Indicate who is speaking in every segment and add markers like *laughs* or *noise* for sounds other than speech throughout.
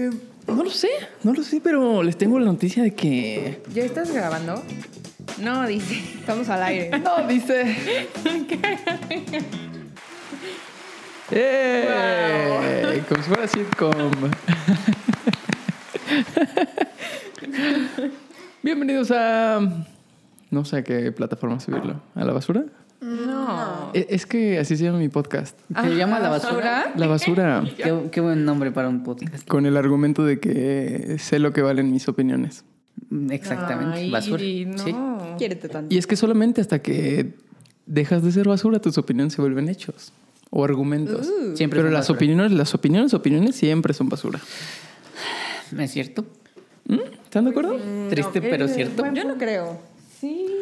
Speaker 1: lo sé, Eh, no lo sé, pero les tengo la noticia de que.
Speaker 2: ¿Ya estás grabando?
Speaker 3: No, dice.
Speaker 2: Estamos al aire.
Speaker 1: No, dice. ¡Eh! Como si fuera sitcom. *laughs* Bienvenidos a. No sé a qué plataforma subirlo. ¿A la basura?
Speaker 2: No.
Speaker 1: E- Es que así se llama mi podcast.
Speaker 2: Ah,
Speaker 4: Se llama La Basura.
Speaker 1: La basura.
Speaker 4: Qué, qué buen nombre para un podcast.
Speaker 1: Con el argumento de que sé lo que valen mis opiniones.
Speaker 4: Exactamente.
Speaker 2: Ay,
Speaker 4: basura.
Speaker 2: No.
Speaker 4: Sí.
Speaker 5: Quiérete tanto.
Speaker 1: Y es que solamente hasta que dejas de ser basura, tus opiniones se vuelven hechos o argumentos.
Speaker 4: Siempre
Speaker 1: Pero
Speaker 4: son
Speaker 1: las
Speaker 4: basura.
Speaker 1: opiniones, las opiniones, opiniones siempre son basura.
Speaker 4: ¿Es cierto?
Speaker 1: ¿Mm? ¿Están de acuerdo?
Speaker 4: Triste,
Speaker 3: Eh,
Speaker 4: pero cierto.
Speaker 5: Yo
Speaker 2: *laughs*
Speaker 5: no creo.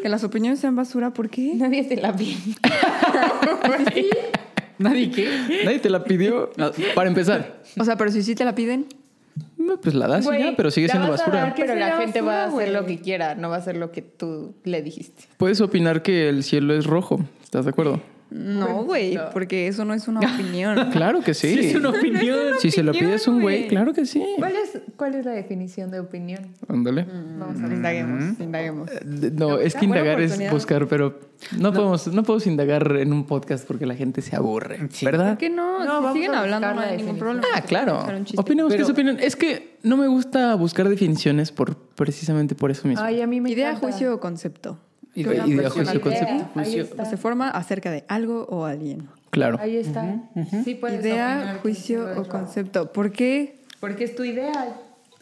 Speaker 2: Que las opiniones sean basura, ¿por qué?
Speaker 3: Nadie se la pide.
Speaker 4: ¿Nadie qué?
Speaker 1: Nadie te la pidió para empezar.
Speaker 2: *laughs* O sea, pero si sí te la piden.
Speaker 1: No, Pues la das y ya, pero sigue
Speaker 3: la
Speaker 1: siendo
Speaker 3: vas a
Speaker 1: basura.
Speaker 3: dar, pero
Speaker 5: Sí,
Speaker 3: la
Speaker 5: la
Speaker 3: gente
Speaker 5: basura,
Speaker 3: va a hacer
Speaker 5: güey.
Speaker 3: lo que quiera, no va a hacer lo que tú le dijiste.
Speaker 1: Puedes opinar que el cielo es rojo. ¿Estás de acuerdo?
Speaker 2: Pues, No, güey, porque eso no es *laughs* una opinión.
Speaker 1: Claro que sí.
Speaker 4: Es una opinión.
Speaker 1: si se lo
Speaker 2: opinión,
Speaker 1: pides a un güey,
Speaker 2: güey.
Speaker 1: claro que sí.
Speaker 3: ¿Cuál es, cuál es la definición de opinión?
Speaker 1: Ándale.
Speaker 3: Vamos a ver. Indaguemos, indaguemos.
Speaker 1: De- Eh, No, es que indagar es buscar, pero no, podemos no podemos indagar en un podcast porque la gente se aburre,
Speaker 4: Sí.
Speaker 1: ¿verdad?
Speaker 2: ¿Por qué no?
Speaker 3: No,
Speaker 2: si
Speaker 3: vamos
Speaker 2: siguen
Speaker 3: a
Speaker 2: hablando,
Speaker 3: buscar
Speaker 2: no
Speaker 3: la
Speaker 2: hay ningún
Speaker 3: definición.
Speaker 2: problema.
Speaker 1: Ah, claro.
Speaker 2: Echar un chiste.
Speaker 1: Opinemos que
Speaker 4: Pero-
Speaker 1: es opinión. Es que no me gusta buscar definiciones por precisamente por eso mismo.
Speaker 3: Ay, a mí me
Speaker 2: Idea,
Speaker 3: encanta.
Speaker 2: juicio o concepto.
Speaker 4: Y
Speaker 1: Idea,
Speaker 4: de
Speaker 1: juicio, concepto.
Speaker 3: Ahí
Speaker 4: Juicio.
Speaker 3: está.
Speaker 2: Se forma acerca de algo o alguien.
Speaker 1: Claro.
Speaker 3: Ahí está. Sí puedes opinar
Speaker 2: Idea,
Speaker 3: que
Speaker 2: juicio
Speaker 3: sí lo
Speaker 2: o
Speaker 3: es.
Speaker 2: concepto. ¿Por qué?
Speaker 3: Porque es tu idea.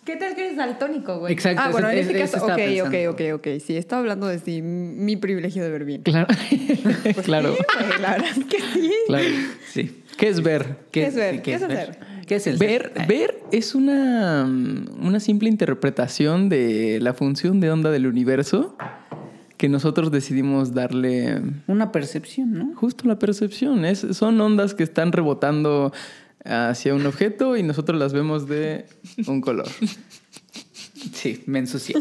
Speaker 3: ¿Qué tal que eres daltónico, güey?
Speaker 4: Exacto.
Speaker 2: Ah, bueno, en
Speaker 4: eso-
Speaker 2: este
Speaker 4: eso
Speaker 2: caso, ok,
Speaker 4: estaba pensando.
Speaker 2: ok, ok, ok. Sí, estaba hablando de sí, mi privilegio de ver *laughs* bien. Pues
Speaker 1: Claro. *laughs* claro.
Speaker 2: Güey, La verdad es que sí.
Speaker 1: Claro. Sí. ¿Qué es ver?
Speaker 2: ¿Qué es ver? ¿Qué es hacer?
Speaker 4: ¿Qué es el
Speaker 1: Ver,
Speaker 4: ser?
Speaker 1: ver es una, mm, una simple interpretación de la función de onda del universo que nosotros decidimos darle mm,
Speaker 4: Una percepción, ¿no?
Speaker 1: justo la percepción. Es, son ondas que están rebotando hacia un objeto y nosotros las vemos de un color.
Speaker 4: Sí, me
Speaker 2: *laughs*
Speaker 4: ensucié.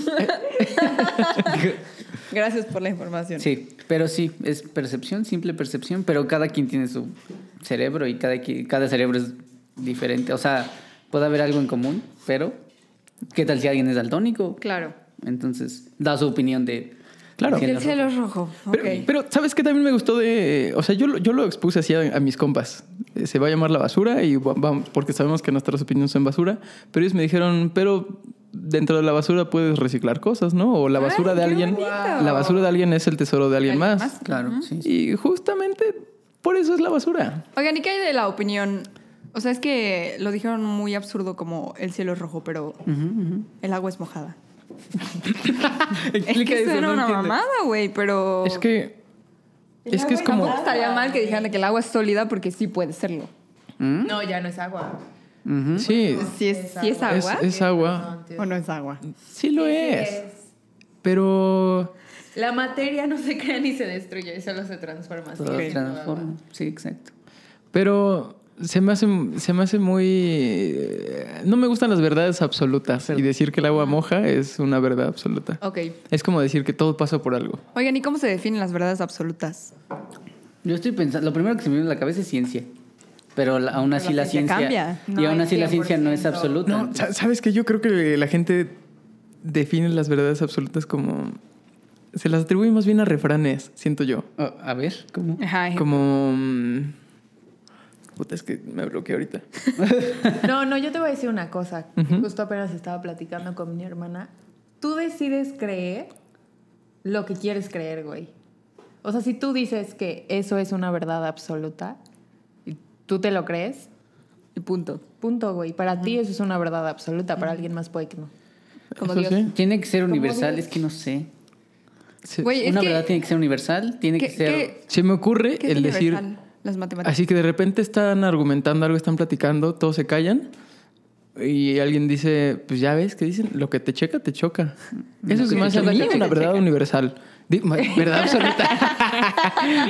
Speaker 2: Gracias por la información.
Speaker 4: Sí, pero sí, es percepción, simple percepción, pero cada quien tiene su cerebro y cada, qui- cada cerebro es diferente. O sea, puede haber algo en común, pero ¿qué tal si alguien es daltónico?
Speaker 2: Claro.
Speaker 4: Entonces, da su opinión de...
Speaker 1: Claro.
Speaker 4: del cielo rojo.
Speaker 2: rojo.
Speaker 1: Pero, pero, ¿sabes qué también me gustó de...? O sea, yo, lo- yo lo expuse así a, a mis compas. Eh, Se va a llamar La Basura y va- vamos, porque sabemos que nuestras opiniones son basura. Pero ellos me dijeron, pero dentro de la basura puedes reciclar cosas, ¿no? O la basura de
Speaker 2: qué
Speaker 1: alguien...
Speaker 2: bonito!
Speaker 1: La basura de alguien es el tesoro de alguien más.
Speaker 4: Claro, sí. sí.
Speaker 1: Y justamente por eso es la basura.
Speaker 2: Oigan, ¿y qué hay de la opinión? O sea, es que lo dijeron muy absurdo como el cielo es rojo, pero el agua es mojada. es que eso era una mamada, güey, pero...
Speaker 1: Es que... Es que es como...
Speaker 2: Tampoco estaría mal que dijeran que el agua es sólida porque sí puede serlo.
Speaker 1: ¿Mm?
Speaker 3: No, ya no es agua.
Speaker 1: Sí,
Speaker 2: Si es, si es agua
Speaker 1: es, es agua.
Speaker 2: o no es agua.
Speaker 1: Sí lo es. Pero...
Speaker 3: La materia no se crea ni se destruye, solo se transforma.
Speaker 4: Todo
Speaker 2: Ok.
Speaker 4: transforma. Sí, exacto.
Speaker 1: Pero se me hace, se me hace muy... eh, No me gustan las verdades absolutas. Y decir que el agua moja es una verdad absoluta.
Speaker 2: Ok.
Speaker 1: Es como decir que todo pasa por algo.
Speaker 2: Oigan, ¿y cómo se definen las verdades absolutas?
Speaker 4: Yo estoy pensando, lo primero que se me viene a la cabeza es ciencia. Pero la- aún así la,
Speaker 2: ciencia
Speaker 4: ciencia...
Speaker 2: cambia.
Speaker 4: Y
Speaker 3: No
Speaker 4: aún
Speaker 3: es
Speaker 4: así la ciencia no es
Speaker 3: 100%.
Speaker 4: absoluta.
Speaker 1: No, sa- ¿sabes que Yo creo que la gente define las verdades absolutas como... Se las atribuye más bien a refranes, siento yo.
Speaker 4: Oh, a ver,
Speaker 2: *laughs*
Speaker 4: ¿cómo?
Speaker 2: Ajá.
Speaker 1: Como... mm, Puta, es que me bloqueé ahorita.
Speaker 3: No, no, yo te voy a decir una cosa.
Speaker 1: Ujú.
Speaker 3: Justo apenas estaba platicando con mi hermana. Tú decides creer lo que quieres creer, güey. O sea, si tú dices que eso es una verdad absoluta y tú te lo crees,
Speaker 2: Y punto.
Speaker 3: punto, güey. Para ti eso es una verdad absoluta, para alguien más puede que no. Como
Speaker 1: Eso
Speaker 3: Dios.
Speaker 1: sí.
Speaker 4: Tiene que ser universal,
Speaker 3: Dios?
Speaker 4: es que no sé.
Speaker 1: Se,
Speaker 2: Güey, es
Speaker 4: Una
Speaker 2: que-
Speaker 4: verdad tiene que ser universal, tiene que
Speaker 2: ¿Qué-
Speaker 4: ser...
Speaker 2: qué-
Speaker 1: se me ocurre
Speaker 2: ¿Qué es
Speaker 1: el decir...
Speaker 2: universal? Las matemáticas.
Speaker 1: Así que de repente están argumentando algo, están platicando, todos se callan y alguien dice, pues ya ves que dicen, lo que te checa, te choca. Eso es más a mí una verdad universal. Di- ma- Verdad absoluta.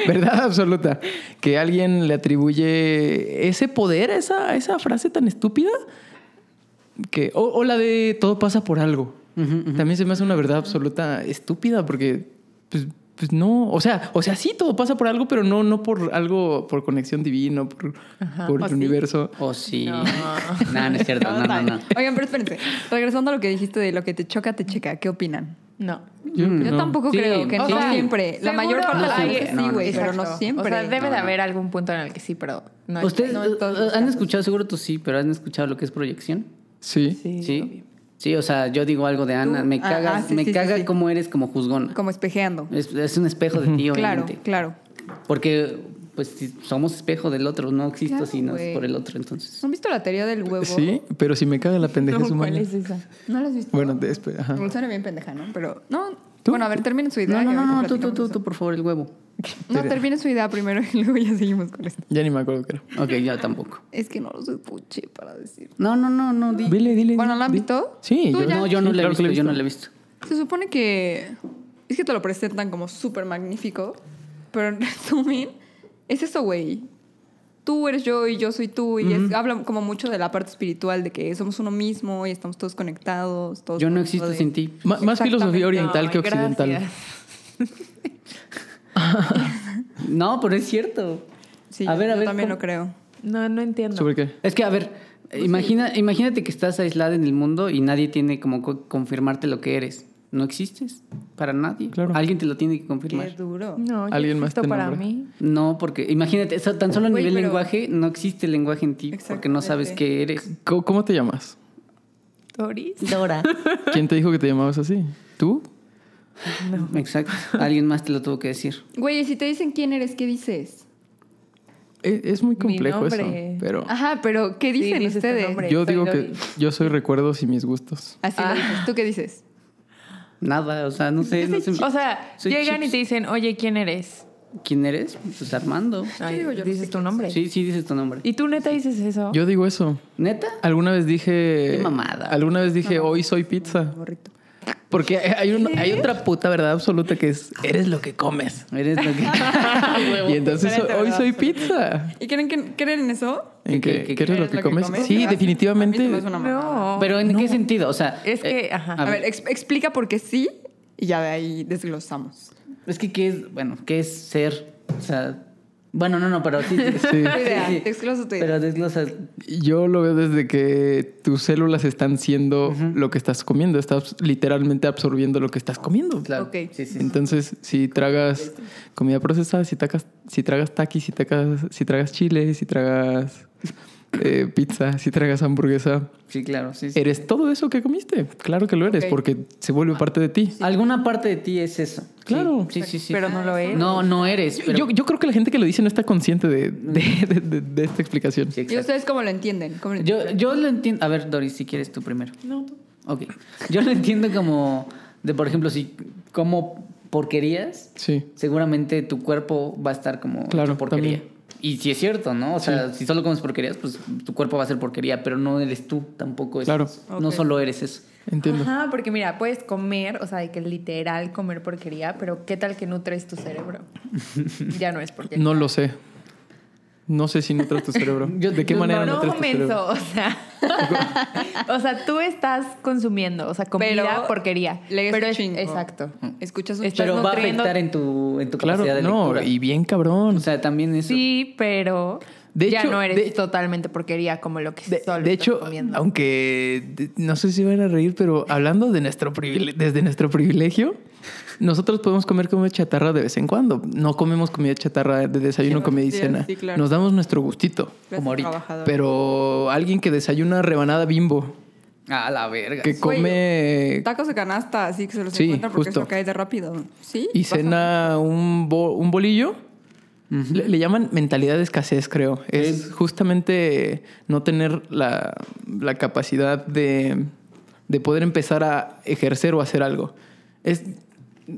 Speaker 1: verdad absoluta. Que alguien le atribuye ese poder a esa, a esa frase tan estúpida. Que, o, o la de todo pasa por algo. También se me hace una verdad absoluta estúpida porque pues, pues no, o sea, o sea, sí todo pasa por algo, pero no, no por algo, por conexión divina, por,
Speaker 3: Ajá.
Speaker 1: por
Speaker 2: O
Speaker 1: el
Speaker 2: sí.
Speaker 1: universo.
Speaker 4: O sí.
Speaker 3: No.
Speaker 4: *laughs* No, no, es cierto. No, no, no.
Speaker 2: Oigan, pero espérense. Regresando a lo que dijiste de lo que te choca, te checa. ¿Qué opinan?
Speaker 3: No.
Speaker 1: Yo, creo que
Speaker 2: Yo
Speaker 1: no.
Speaker 2: tampoco
Speaker 4: Mm, Sí,
Speaker 2: creo que
Speaker 4: o
Speaker 2: no
Speaker 4: sea,
Speaker 2: siempre. La mayor parte de las
Speaker 4: hay-
Speaker 2: veces
Speaker 4: no,
Speaker 2: sí,
Speaker 4: no,
Speaker 2: güey, pero no
Speaker 3: Exacto.
Speaker 2: siempre.
Speaker 3: O sea, debe
Speaker 4: No, no.
Speaker 3: de haber algún punto en el que sí, pero no es-
Speaker 4: ¿Ustedes
Speaker 3: no
Speaker 4: eh,
Speaker 3: es todos los
Speaker 4: han
Speaker 3: casos.
Speaker 4: escuchado, seguro tú sí, pero han escuchado lo que es proyección?
Speaker 1: Sí.
Speaker 3: Sí,
Speaker 4: Sí.
Speaker 3: obvio.
Speaker 4: Sí, o sea, yo digo algo de Ana,
Speaker 2: Tú-
Speaker 4: me
Speaker 2: ah,
Speaker 4: cagas,
Speaker 2: ah, sí,
Speaker 4: me
Speaker 2: sí, sí,
Speaker 4: caga
Speaker 2: sí.
Speaker 4: cómo eres como juzgona.
Speaker 2: Como espejeando.
Speaker 4: Es, es un espejo de ti,
Speaker 2: Claro,
Speaker 4: obviamente.
Speaker 2: claro.
Speaker 4: Porque pues si somos espejo del otro, no existo
Speaker 2: Claro,
Speaker 4: si no es
Speaker 2: güey.
Speaker 4: por el otro, entonces.
Speaker 2: ¿No ¿Han visto la teoría del huevo?
Speaker 1: Sí, pero si me caga la pendejez
Speaker 3: No, ¿Cuál
Speaker 1: humana.
Speaker 3: es esa?
Speaker 2: ¿No la has visto?
Speaker 1: Bueno, después, ajá.
Speaker 2: Me suena bien pendeja, ¿no? Pero no.
Speaker 1: ¿Tú?
Speaker 2: Bueno, a ver, terminen su
Speaker 4: No,
Speaker 2: idea.
Speaker 4: no,
Speaker 2: y
Speaker 4: no,
Speaker 2: ahorita
Speaker 4: no, tú, tú,
Speaker 2: platicamos
Speaker 4: tú,
Speaker 2: eso.
Speaker 4: tú, por favor, el huevo.
Speaker 2: No, terminen su idea primero y *laughs* luego ya seguimos con esto.
Speaker 1: Ya ni me acuerdo qué era.
Speaker 4: Ok, yo tampoco.
Speaker 2: Es que no los escuché para decir.
Speaker 4: No, no, no, no. di-
Speaker 1: Dile, dile.
Speaker 2: Bueno, ¿la han
Speaker 1: di-
Speaker 2: visto?
Speaker 1: Sí.
Speaker 2: Tú ya.
Speaker 4: No, yo no
Speaker 1: sí,
Speaker 4: la he
Speaker 1: claro que
Speaker 4: visto, yo no la he visto.
Speaker 2: Se supone que es que te lo presentan como súper magnífico, pero en *laughs* resumen, es eso, güey. Tú eres yo y yo soy tú, y es- habla como mucho de la parte espiritual, de que somos uno mismo y estamos todos conectados. Todos
Speaker 4: Yo no
Speaker 2: por-
Speaker 4: existo
Speaker 2: de-
Speaker 4: sin ti.
Speaker 1: Ma- más filosofía oriental
Speaker 3: No,
Speaker 1: que occidental.
Speaker 3: gracias.
Speaker 4: No, pero es cierto.
Speaker 2: Sí,
Speaker 4: A ver, a
Speaker 2: yo
Speaker 4: ver,
Speaker 2: también
Speaker 4: ¿cómo?
Speaker 2: lo creo.
Speaker 3: No, no entiendo.
Speaker 1: ¿Sobre qué?
Speaker 4: Es que, a ver, imagina, imagínate que estás aislada en el mundo y nadie tiene como co- confirmarte lo que eres. No existes para nadie.
Speaker 1: Claro.
Speaker 4: Alguien te lo tiene que
Speaker 2: Qué
Speaker 4: confirmar.
Speaker 2: duro.
Speaker 3: No, yo
Speaker 1: Alguien más
Speaker 3: existo
Speaker 1: te
Speaker 3: para
Speaker 1: nombra.
Speaker 2: *laughs*
Speaker 3: mí.
Speaker 4: No, porque imagínate, eso tan solo a
Speaker 2: Güey,
Speaker 4: nivel
Speaker 2: pero-
Speaker 4: lenguaje, no existe el lenguaje en ti porque no sabes
Speaker 2: Exactamente.
Speaker 4: qué eres.
Speaker 1: ¿Cómo, cómo te llamas?
Speaker 3: Doris. *laughs*
Speaker 4: Dora.
Speaker 1: ¿Quién te dijo que te llamabas así? ¿Tú?
Speaker 4: Exacto. Alguien más te lo tuvo que decir.
Speaker 2: Güey, y si te dicen quién eres, ¿qué dices?
Speaker 1: Es, E, es muy complejo eso.
Speaker 3: nombre. Ah,
Speaker 1: Pero
Speaker 2: Ajá, pero ¿qué
Speaker 3: Sí,
Speaker 2: dicen
Speaker 3: dices tu
Speaker 2: ustedes?
Speaker 3: nombre.
Speaker 1: yo
Speaker 3: soy
Speaker 1: digo que
Speaker 3: Doris.
Speaker 1: yo soy recuerdos y mis gustos.
Speaker 2: Así lo dices. ¿Tú qué dices?
Speaker 4: Nada, o sea, no sé, no sé
Speaker 3: O sea,
Speaker 4: Soy
Speaker 3: llegan
Speaker 4: chips.
Speaker 3: y te dicen, oye, ¿quién eres?
Speaker 4: quién eres. Pues Armando.
Speaker 3: Ay,
Speaker 2: digo yo?
Speaker 3: dices tu nombre.
Speaker 4: Sí, sí, dices tu nombre.
Speaker 3: Y tú neta dices eso.
Speaker 1: Yo digo eso.
Speaker 4: ¿Neta?
Speaker 1: Alguna vez dije.
Speaker 4: Qué mamada.
Speaker 1: Alguna vez dije, hoy soy pizza.
Speaker 2: Gorrito.
Speaker 1: Porque hay, un- hay otra puta verdad absoluta que es, eres lo que comes.
Speaker 4: Eres lo que. *laughs*
Speaker 1: y entonces
Speaker 3: Diferente
Speaker 1: hoy
Speaker 3: verdad
Speaker 1: soy pizza.
Speaker 2: ¿Y creen, que, creen en eso?
Speaker 1: ¿En
Speaker 4: ¿Qué-
Speaker 1: que,
Speaker 4: qué-
Speaker 1: que eres lo que comes? Sí,
Speaker 2: A mí se me
Speaker 1: definitivamente.
Speaker 2: hace una mamada.
Speaker 3: no.
Speaker 4: Pero ¿en qué sentido? O sea. eh,
Speaker 3: Es que, ajá.
Speaker 2: A ver, ex- explica por qué sí y ya de ahí desglosamos.
Speaker 4: Es que qué es, bueno, qué es ser. O sea, bueno, no, no, pero sí. sí,
Speaker 1: Sí.
Speaker 2: Tu idea,
Speaker 4: sí.
Speaker 2: te desgloso tu idea.
Speaker 4: Pero desglosa.
Speaker 1: Yo lo veo desde que tus células están siendo lo que estás comiendo. Estás literalmente absorbiendo lo que estás comiendo.
Speaker 4: Claro.
Speaker 2: Ok.
Speaker 4: Sí, sí.
Speaker 1: Entonces, si tragas comida procesada, si, tacas- si tragas taquis, si, tacas- si tragas chile, si tragas eh, pizza, si tragas hamburguesa,
Speaker 4: Sí, claro, sí. sí.
Speaker 1: ¿eres todo eso que comiste? Claro que lo eres,
Speaker 2: Ok.
Speaker 1: porque se
Speaker 4: Ah.
Speaker 1: vuelve parte de ti.
Speaker 4: Alguna parte de ti es eso. Sí,
Speaker 1: Claro.
Speaker 4: Sí, sí, sí.
Speaker 3: Pero no lo es.
Speaker 4: No, no eres. Pero... Mm.
Speaker 1: Yo, yo creo que la gente que lo dice no está consciente de, de- de- de- de esta explicación.
Speaker 4: Sí,
Speaker 2: ¿Y
Speaker 4: exacto.
Speaker 2: ustedes cómo lo entienden? ¿Cómo lo
Speaker 4: Yo, yo lo entiendo. A ver, Doris, si quieres tú primero. No, Ok. Yo lo entiendo como. De, por ejemplo, si como porquerías,
Speaker 1: Sí.
Speaker 4: seguramente tu cuerpo va a estar como
Speaker 1: Claro,
Speaker 4: hecho porquería.
Speaker 1: también.
Speaker 4: Y si es cierto, ¿no? O sea, si solo comes porquerías, pues tu cuerpo va a ser porquería, pero no eres tú, tampoco es.
Speaker 1: Claro.
Speaker 4: eso. No
Speaker 2: Ok.
Speaker 4: solo eres eso.
Speaker 1: Entiendo.
Speaker 3: Ajá, porque mira, puedes comer, o sea, de que literal comer porquería, pero ¿qué tal que nutres
Speaker 1: *laughs*
Speaker 3: tu cerebro? ya no es porquería.
Speaker 1: No lo sé. No sé si nutras tu cerebro.
Speaker 4: *laughs* Yo-
Speaker 1: ¿De qué
Speaker 4: yo-
Speaker 1: manera
Speaker 3: no,
Speaker 1: nutras tu cerebro?
Speaker 3: menso, o sea.
Speaker 1: *laughs*
Speaker 3: o sea, tú estás consumiendo, o sea, comida,
Speaker 2: Pero
Speaker 3: porquería.
Speaker 2: lees
Speaker 3: pero
Speaker 2: un
Speaker 3: es-
Speaker 2: chingo.
Speaker 3: Exacto.
Speaker 2: Escuchas un
Speaker 3: Estás
Speaker 2: chingo.
Speaker 4: Pero va a
Speaker 3: nutriendo-
Speaker 4: afectar en tu, en tu capacidad
Speaker 1: Claro,
Speaker 4: de
Speaker 1: no,
Speaker 4: lectura.
Speaker 1: y bien cabrón.
Speaker 4: O sea, también eso.
Speaker 3: Sí, pero
Speaker 1: De
Speaker 3: ya
Speaker 1: hecho,
Speaker 3: no eres
Speaker 1: de-
Speaker 3: totalmente porquería como lo que
Speaker 1: De,
Speaker 3: solo
Speaker 1: de
Speaker 3: estás
Speaker 1: hecho,
Speaker 3: comiendo.
Speaker 1: aunque de- no sé si van a reír, pero hablando de nuestro privile- desde nuestro privilegio, nosotros podemos comer comida chatarra de vez en cuando. No comemos comida chatarra de desayuno,
Speaker 2: Sí,
Speaker 1: comida y
Speaker 2: sí,
Speaker 1: cena.
Speaker 2: sí, claro.
Speaker 1: Nos damos nuestro gustito.
Speaker 2: Clase
Speaker 4: como ahorita,
Speaker 2: trabajadora.
Speaker 1: Pero alguien que desayuna rebanada bimbo,
Speaker 4: A la verga.
Speaker 1: que come
Speaker 2: Tacos de canasta, así que se los
Speaker 1: Sí,
Speaker 2: encuentra porque
Speaker 1: justo.
Speaker 2: eso cae de rápido. Sí.
Speaker 1: y
Speaker 2: pasa.
Speaker 1: cena un, bo- un bolillo, le, le llaman mentalidad de escasez, creo. Es justamente no tener la, la capacidad de, de poder empezar a ejercer o hacer algo. Es,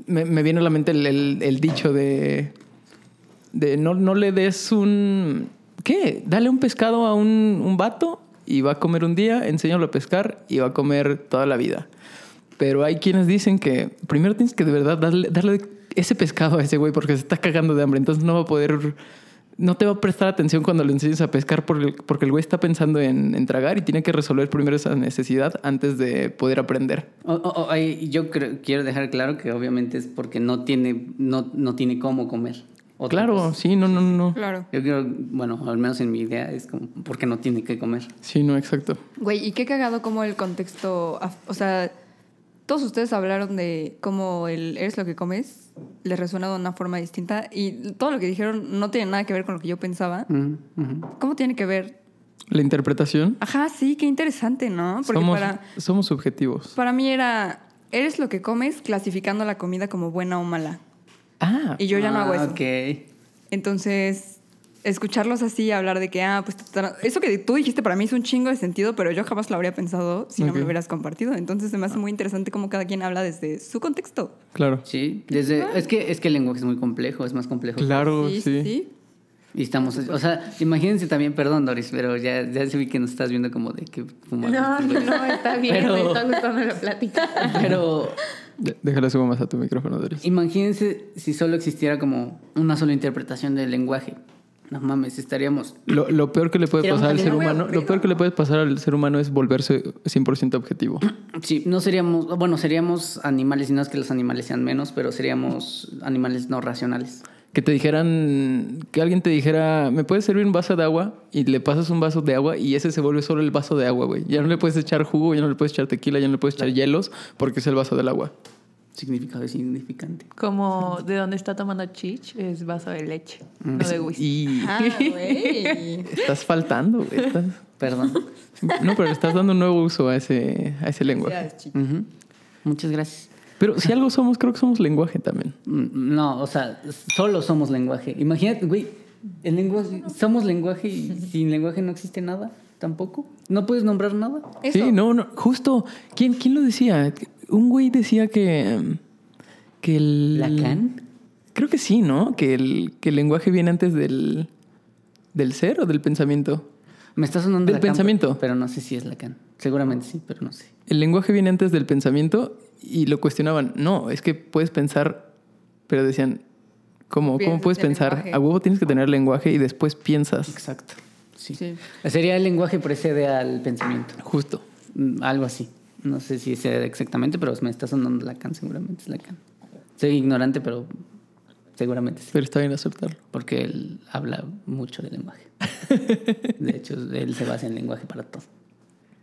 Speaker 1: me, me viene a la mente el, el- el dicho de, de no, no le des un... ¿Qué? Dale un pescado a un, un vato y va a comer un día, enséñalo a pescar y va a comer toda la vida. Pero hay quienes dicen que primero tienes que de verdad darle, darle ese pescado a ese güey porque se está cagando de hambre, entonces no va a poder no te va a prestar atención cuando le enseñes a pescar por el- porque el güey está pensando en, en tragar y tiene que resolver primero esa necesidad antes de poder aprender.
Speaker 4: O- o- o- ahí yo creo- quiero dejar claro que obviamente es porque no tiene, no, no tiene cómo comer. Otra
Speaker 1: claro,
Speaker 4: cosa.
Speaker 1: sí, no, no, no.
Speaker 2: Claro.
Speaker 4: Yo creo, bueno, al menos en mi idea es como porque no tiene que comer.
Speaker 1: Sí, no, exacto.
Speaker 2: Güey, y qué cagado como el contexto. af- O sea, todos ustedes hablaron de cómo el eres lo que comes les resuena de una forma distinta y todo lo que dijeron no tiene nada que ver con lo que yo pensaba.
Speaker 4: Mm, ujú.
Speaker 2: ¿Cómo tiene que ver?
Speaker 1: La interpretación.
Speaker 2: Ajá, sí, qué interesante, ¿no? Porque
Speaker 1: Somos,
Speaker 2: para,
Speaker 1: somos subjetivos.
Speaker 2: para mí era eres lo que comes clasificando la comida como buena o mala.
Speaker 1: Ah,
Speaker 2: Y yo ya no hago
Speaker 4: Ah,
Speaker 2: eso.
Speaker 4: Ok.
Speaker 2: Entonces, escucharlos así hablar de que, ah, pues te tra- eso que tú dijiste para mí es un chingo de sentido, pero yo jamás lo habría pensado si no me
Speaker 1: Ok. Ah.
Speaker 2: lo hubieras compartido. Entonces, se me hace muy interesante cómo cada quien habla desde su contexto.
Speaker 1: claro.
Speaker 4: Sí,
Speaker 3: Ah.
Speaker 4: desde, es, que, es que el lenguaje es muy complejo, es más complejo.
Speaker 1: Claro, Oh, sí.
Speaker 4: Y estamos, o sea, imagínense también, perdón Doris, pero ya, ya se vi que nos estás viendo como de que fumamos.
Speaker 3: No,
Speaker 1: *laughs*
Speaker 3: no, está bien,
Speaker 4: Pero-
Speaker 3: me está gustando la plática.
Speaker 4: Pero
Speaker 1: De- Déjala subo más a tu micrófono, Doris.
Speaker 4: imagínense si solo existiera como una sola interpretación del lenguaje. No mames, estaríamos...
Speaker 1: Lo, lo peor que le puede
Speaker 4: Era un
Speaker 1: pasar al
Speaker 4: camino
Speaker 1: ser
Speaker 2: muy
Speaker 1: humano, lo
Speaker 2: aburrido.
Speaker 1: peor que le puede pasar al ser humano es volverse 100% objetivo.
Speaker 4: Sí, no seríamos, bueno, seríamos animales, y no es que los animales sean menos, pero seríamos animales no racionales.
Speaker 1: Que te dijeran, que alguien te dijera, ¿me puedes servir un vaso de agua? Y le pasas un vaso de agua y ese se vuelve solo el vaso de agua, güey. Ya no le puedes echar jugo, ya no le puedes echar tequila, ya no le puedes echar hielos porque es el vaso del agua.
Speaker 4: Significado insignificante.
Speaker 3: Como de dónde está tomando chich es vaso de leche, no de whisky.
Speaker 1: Mm. Y
Speaker 2: Ah, güey.
Speaker 1: estás faltando, güey. estás-
Speaker 4: Perdón.
Speaker 1: No, pero le estás dando un nuevo uso a ese, a ese lenguaje.
Speaker 2: Gracias, chicos.
Speaker 4: *laughs* Ujú. Muchas gracias.
Speaker 1: Pero si algo somos, creo que somos lenguaje también.
Speaker 4: Mm, No, o sea, solo somos lenguaje. Imagínate, güey, el lenguaje, somos lenguaje y sin lenguaje no existe nada tampoco. No puedes nombrar nada.
Speaker 2: Eso.
Speaker 1: Sí, no, no, justo. ¿Quién, quién lo decía? Un güey decía que. mm, que el.
Speaker 4: Lacan.
Speaker 1: Creo que sí, ¿no? Que el, que el lenguaje viene antes del. del ser o del pensamiento.
Speaker 4: Me está sonando
Speaker 1: Del
Speaker 4: Lacan,
Speaker 1: pensamiento.
Speaker 4: Pero no sé si es Lacan. Seguramente sí, pero no sé.
Speaker 1: El lenguaje viene antes del pensamiento y lo cuestionaban. No, es que puedes pensar, pero decían, ¿cómo, ¿Cómo
Speaker 2: Piensas
Speaker 1: puedes
Speaker 2: el
Speaker 1: pensar?
Speaker 2: lenguaje.
Speaker 1: A huevo tienes que tener lenguaje y después piensas.
Speaker 4: Exacto. Sí.
Speaker 2: Sí.
Speaker 4: Sería el lenguaje precede al pensamiento.
Speaker 1: Justo.
Speaker 4: Mm, Algo así. No sé si sea exactamente, pero me está sonando Lacan, seguramente es Lacan. Soy ignorante, pero seguramente sí.
Speaker 1: Pero está bien aceptarlo.
Speaker 4: Porque él habla mucho de lenguaje. De hecho, él se basa en lenguaje para todo.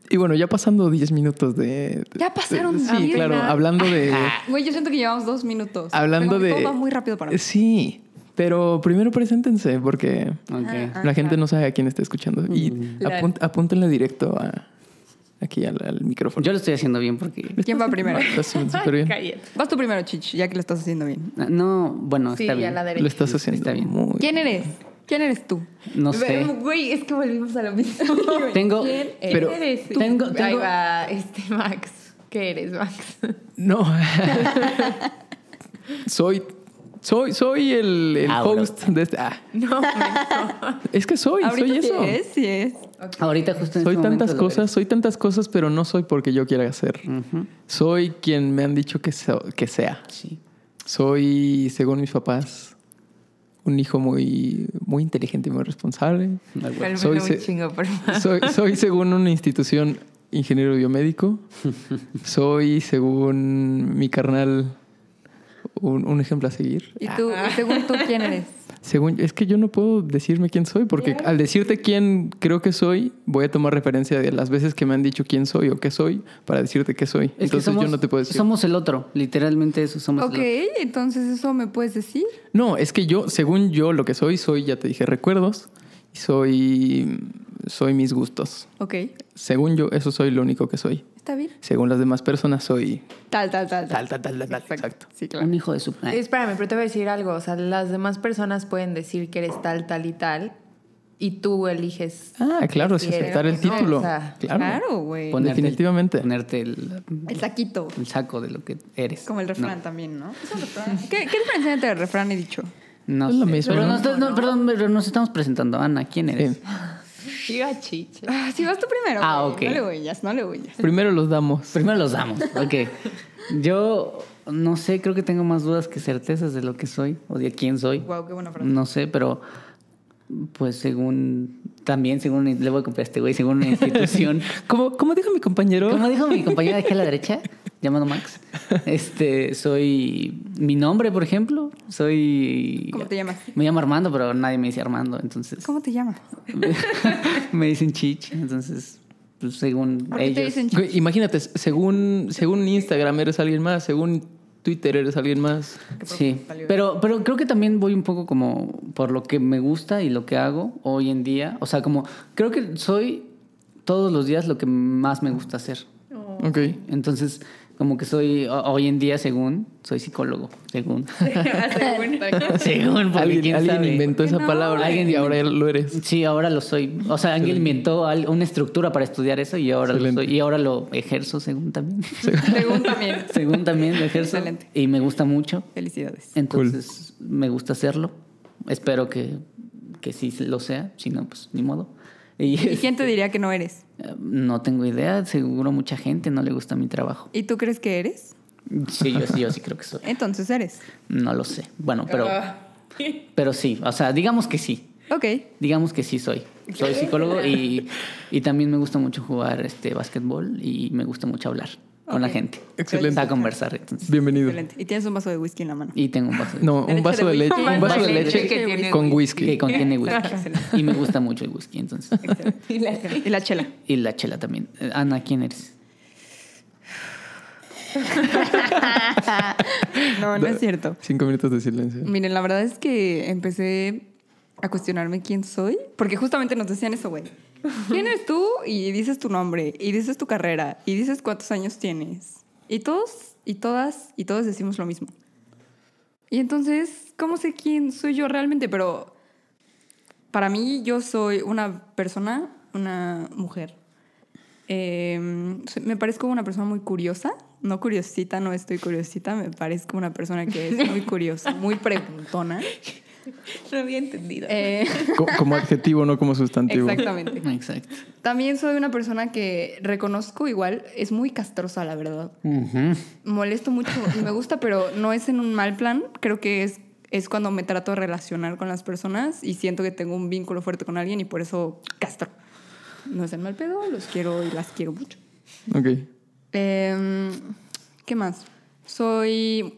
Speaker 1: Y bueno, ya pasando 10 minutos de.
Speaker 2: Ya pasaron
Speaker 1: Sí,
Speaker 2: 10
Speaker 1: claro.
Speaker 2: minutos.
Speaker 1: Hablando de.
Speaker 2: Güey, yo siento que llevamos dos minutos.
Speaker 1: Hablando
Speaker 2: Como que
Speaker 1: de.
Speaker 2: Todo va muy rápido para mí.
Speaker 1: Sí, pero primero preséntense porque
Speaker 3: Ah,
Speaker 4: Ok.
Speaker 1: la gente no sabe a quién está escuchando. Y
Speaker 2: Mm.
Speaker 1: apun- apúntenle directo a, aquí al, al
Speaker 3: ah.
Speaker 1: micrófono.
Speaker 4: Yo lo estoy haciendo bien porque.
Speaker 2: ¿Quién va primero?
Speaker 1: Estás *laughs* súper bien.
Speaker 3: Cállate.
Speaker 2: Vas tú primero, Chich, ya que lo estás haciendo bien.
Speaker 4: No, bueno,
Speaker 3: Sí,
Speaker 4: está
Speaker 3: a
Speaker 4: bien.
Speaker 3: la derecha.
Speaker 1: Lo estás haciendo
Speaker 4: Está bien.
Speaker 1: muy
Speaker 2: ¿Quién eres? ¿Quién eres tú?
Speaker 4: No sé.
Speaker 3: Güey, es que volvimos a
Speaker 1: *laughs*
Speaker 3: lo mismo.
Speaker 4: Tengo.
Speaker 1: Pero-
Speaker 3: ¿Quién eres?
Speaker 4: Tú. Tengo-
Speaker 3: Ahí
Speaker 4: tengo-
Speaker 3: va este Max. ¿Qué eres, Max?
Speaker 1: No. soy, soy, soy el, el
Speaker 4: Ah, bueno.
Speaker 1: host de este. ah. Es que soy,
Speaker 2: Ahorita
Speaker 1: soy
Speaker 2: sí
Speaker 1: eso.
Speaker 2: es, sí es.
Speaker 4: Ahorita justo en
Speaker 1: Soy
Speaker 4: este
Speaker 1: tantas
Speaker 4: momento lo Mm.
Speaker 1: cosas, soy tantas cosas, pero no soy porque yo quiera ser.
Speaker 4: veré. Ujú,
Speaker 1: Soy quien me han dicho que, so- que sea.
Speaker 4: Sí.
Speaker 1: Soy, según mis papás, un hijo muy, muy inteligente y muy responsable.
Speaker 4: Ah, bueno.
Speaker 3: Bueno,
Speaker 1: Soy
Speaker 3: un
Speaker 1: se-
Speaker 3: chingo, por favor.
Speaker 1: Soy,
Speaker 4: *laughs*
Speaker 1: soy, según una institución, ingeniero biomédico. Soy, según mi carnal, un, un ejemplo a seguir.
Speaker 2: ¿Y tú, según tú,
Speaker 1: *laughs*
Speaker 2: quién eres?
Speaker 1: Según, es que yo no puedo decirme quién soy, porque al decirte quién creo que soy, voy a tomar referencia de las veces que me han dicho quién soy o qué soy para decirte qué soy.
Speaker 4: Es que
Speaker 1: Entonces
Speaker 4: somos-
Speaker 1: yo no te puedo decir.
Speaker 4: Somos el otro, literalmente eso. Somos
Speaker 2: Ok,
Speaker 4: el
Speaker 2: entonces eso me puedes decir.
Speaker 1: No, es que yo, según yo, lo que soy, soy, ya te dije, recuerdos. y Soy, soy mis gustos.
Speaker 2: Ok,
Speaker 1: Según yo, eso soy lo único que soy.
Speaker 2: está bien.
Speaker 1: Según las demás personas, soy
Speaker 2: Tal, tal, tal,
Speaker 1: tal, tal, tal, tal, tal. Exacto.
Speaker 2: Sí,
Speaker 4: otro. Un hijo de su. Ah,
Speaker 3: Eh, Espérame, pero te voy a decir algo. O sea, las demás personas pueden decir que eres tal, tal y tal. Y
Speaker 1: *laughs*
Speaker 3: tú eliges.
Speaker 1: Ah, claro, es
Speaker 3: Sí,
Speaker 1: aceptar el
Speaker 3: no, o
Speaker 1: título.
Speaker 3: sea,
Speaker 1: Claro.
Speaker 2: Claro, güey.
Speaker 1: Pon- Definitivamente.
Speaker 4: El, ponerte el,
Speaker 2: El saquito,
Speaker 4: el saco de lo que eres.
Speaker 2: como el refrán
Speaker 4: No.
Speaker 2: también, ¿no? Es un refrán. *laughs* ¿Qué, ¿Qué diferencia hay entre el refrán y dicho?
Speaker 4: No
Speaker 1: Es lo
Speaker 4: sé.
Speaker 1: mismo,
Speaker 4: Pero
Speaker 1: ¿no?
Speaker 4: nos- no, perdón, pero nos estamos presentando. Ana, ¿quién eres?
Speaker 1: Sí.
Speaker 3: Chiva *laughs* chiche.
Speaker 2: Ah, sí, vas tú primero.
Speaker 4: Ah,
Speaker 2: güey.
Speaker 4: ok.
Speaker 2: No le huellas, no le huellas.
Speaker 1: Primero los damos.
Speaker 4: Primero los
Speaker 2: *laughs*
Speaker 4: damos. Ok. Yo no sé, creo que tengo más dudas que certezas de lo que soy o de quién soy.
Speaker 2: Wow, qué buena frase.
Speaker 4: No sé, pero Pues según, también según, le voy a copiar a este güey, según una
Speaker 2: *laughs*
Speaker 4: institución.
Speaker 1: ¿Cómo, cómo dijo mi compañero?
Speaker 4: Como dijo mi compañera de aquí a la derecha, llamado Max, este, soy, mi nombre, por ejemplo, soy...
Speaker 2: ¿Cómo te llamas?
Speaker 4: Me llamo Armando, pero nadie me dice Armando, entonces
Speaker 2: ¿Cómo te llamas?
Speaker 4: *laughs* me dicen Chichi, entonces, pues según
Speaker 2: ¿Por qué
Speaker 4: ellos...
Speaker 2: te dicen chico?
Speaker 1: Güey, Imagínate, según, según Instagram eres alguien más, según Twitter eres alguien más.
Speaker 4: Sí, pero, pero creo que también voy un poco como por lo que me gusta y lo que hago hoy en día. O sea, como creo que soy todos los días lo que más me gusta hacer.
Speaker 1: Ok.
Speaker 4: Entonces, como que soy o- hoy en día, según, soy psicólogo,
Speaker 2: *laughs*
Speaker 4: según. *laughs* según, porque
Speaker 1: Alguien,
Speaker 4: quién
Speaker 1: alguien
Speaker 4: sabe.
Speaker 1: inventó esa
Speaker 2: No,
Speaker 1: palabra
Speaker 4: alguien
Speaker 1: y ahora ya lo eres.
Speaker 4: Sí, ahora lo soy. O sea, alguien inventó al- una estructura para estudiar eso y ahora lo
Speaker 1: Excelente.
Speaker 4: soy. Y ahora lo ejerzo, según también.
Speaker 2: Según también.
Speaker 4: *laughs* según también lo ejerzo.
Speaker 2: Excelente.
Speaker 4: Y me gusta mucho.
Speaker 2: Felicidades.
Speaker 4: Entonces, me gusta hacerlo. Espero que, que sí lo sea. Si no, pues ni modo. Y,
Speaker 2: ¿Y quién te diría que no eres?
Speaker 4: eh, No tengo idea. Seguro mucha gente no le gusta mi trabajo.
Speaker 2: ¿Y tú crees que eres?
Speaker 4: Sí, yo, sí, yo sí creo que soy.
Speaker 2: Entonces eres.
Speaker 4: No lo sé. Bueno, pero,
Speaker 3: Ah.
Speaker 4: pero sí. O sea, digamos que sí.
Speaker 2: Ok.
Speaker 4: Digamos que sí soy. Soy psicólogo y, y también me gusta mucho jugar este básquetbol y me gusta mucho hablar con la
Speaker 2: Ok.
Speaker 4: gente.
Speaker 1: Excelente.
Speaker 4: Está a conversar, entonces.
Speaker 1: Bienvenido.
Speaker 2: Excelente. Y tienes un vaso de whisky en la mano.
Speaker 4: Y tengo un vaso de-
Speaker 1: No, un
Speaker 2: Leche
Speaker 1: vaso
Speaker 2: de
Speaker 1: de leche,
Speaker 2: whisky.
Speaker 1: un vaso de leche
Speaker 3: que tiene
Speaker 1: con
Speaker 4: que
Speaker 3: *laughs*
Speaker 1: whisky.
Speaker 4: contiene whisky.
Speaker 2: Excelente.
Speaker 4: y me gusta mucho el whisky, entonces.
Speaker 2: Excelente. Y
Speaker 1: *laughs*
Speaker 2: la chela.
Speaker 4: Y la chela también. Eh, Ana, ¿quién eres?
Speaker 2: No, no es cierto.
Speaker 1: Cinco minutos de silencio.
Speaker 2: Miren, la verdad es que empecé a cuestionarme quién soy, porque justamente nos decían eso, güey. ¿Quién eres tú? Y dices tu nombre, y dices tu carrera, y dices cuántos años tienes. Y todos, y todas, y todos decimos lo mismo. Y entonces, ¿cómo sé quién soy yo realmente? Pero para mí yo soy una persona, una mujer. Eh, soy- me parezco una persona muy curiosa. No curiosita, no estoy curiosita. Me parezco una persona que es muy curiosa, muy preguntona.
Speaker 3: No había entendido.
Speaker 2: *laughs* Eh,
Speaker 1: Co- como adjetivo, no como sustantivo.
Speaker 2: exactamente.
Speaker 4: Exacto.
Speaker 2: También soy una persona que reconozco igual, es muy castrosa, la verdad. Molesto mucho y me gusta, pero no es en un mal plan. Creo que es, es cuando me trato de relacionar con las personas y siento que tengo un vínculo fuerte con alguien y por eso castro. No es en mal pedo, los quiero y las quiero mucho.
Speaker 1: Ok.
Speaker 2: Em, ¿Qué más? Soy.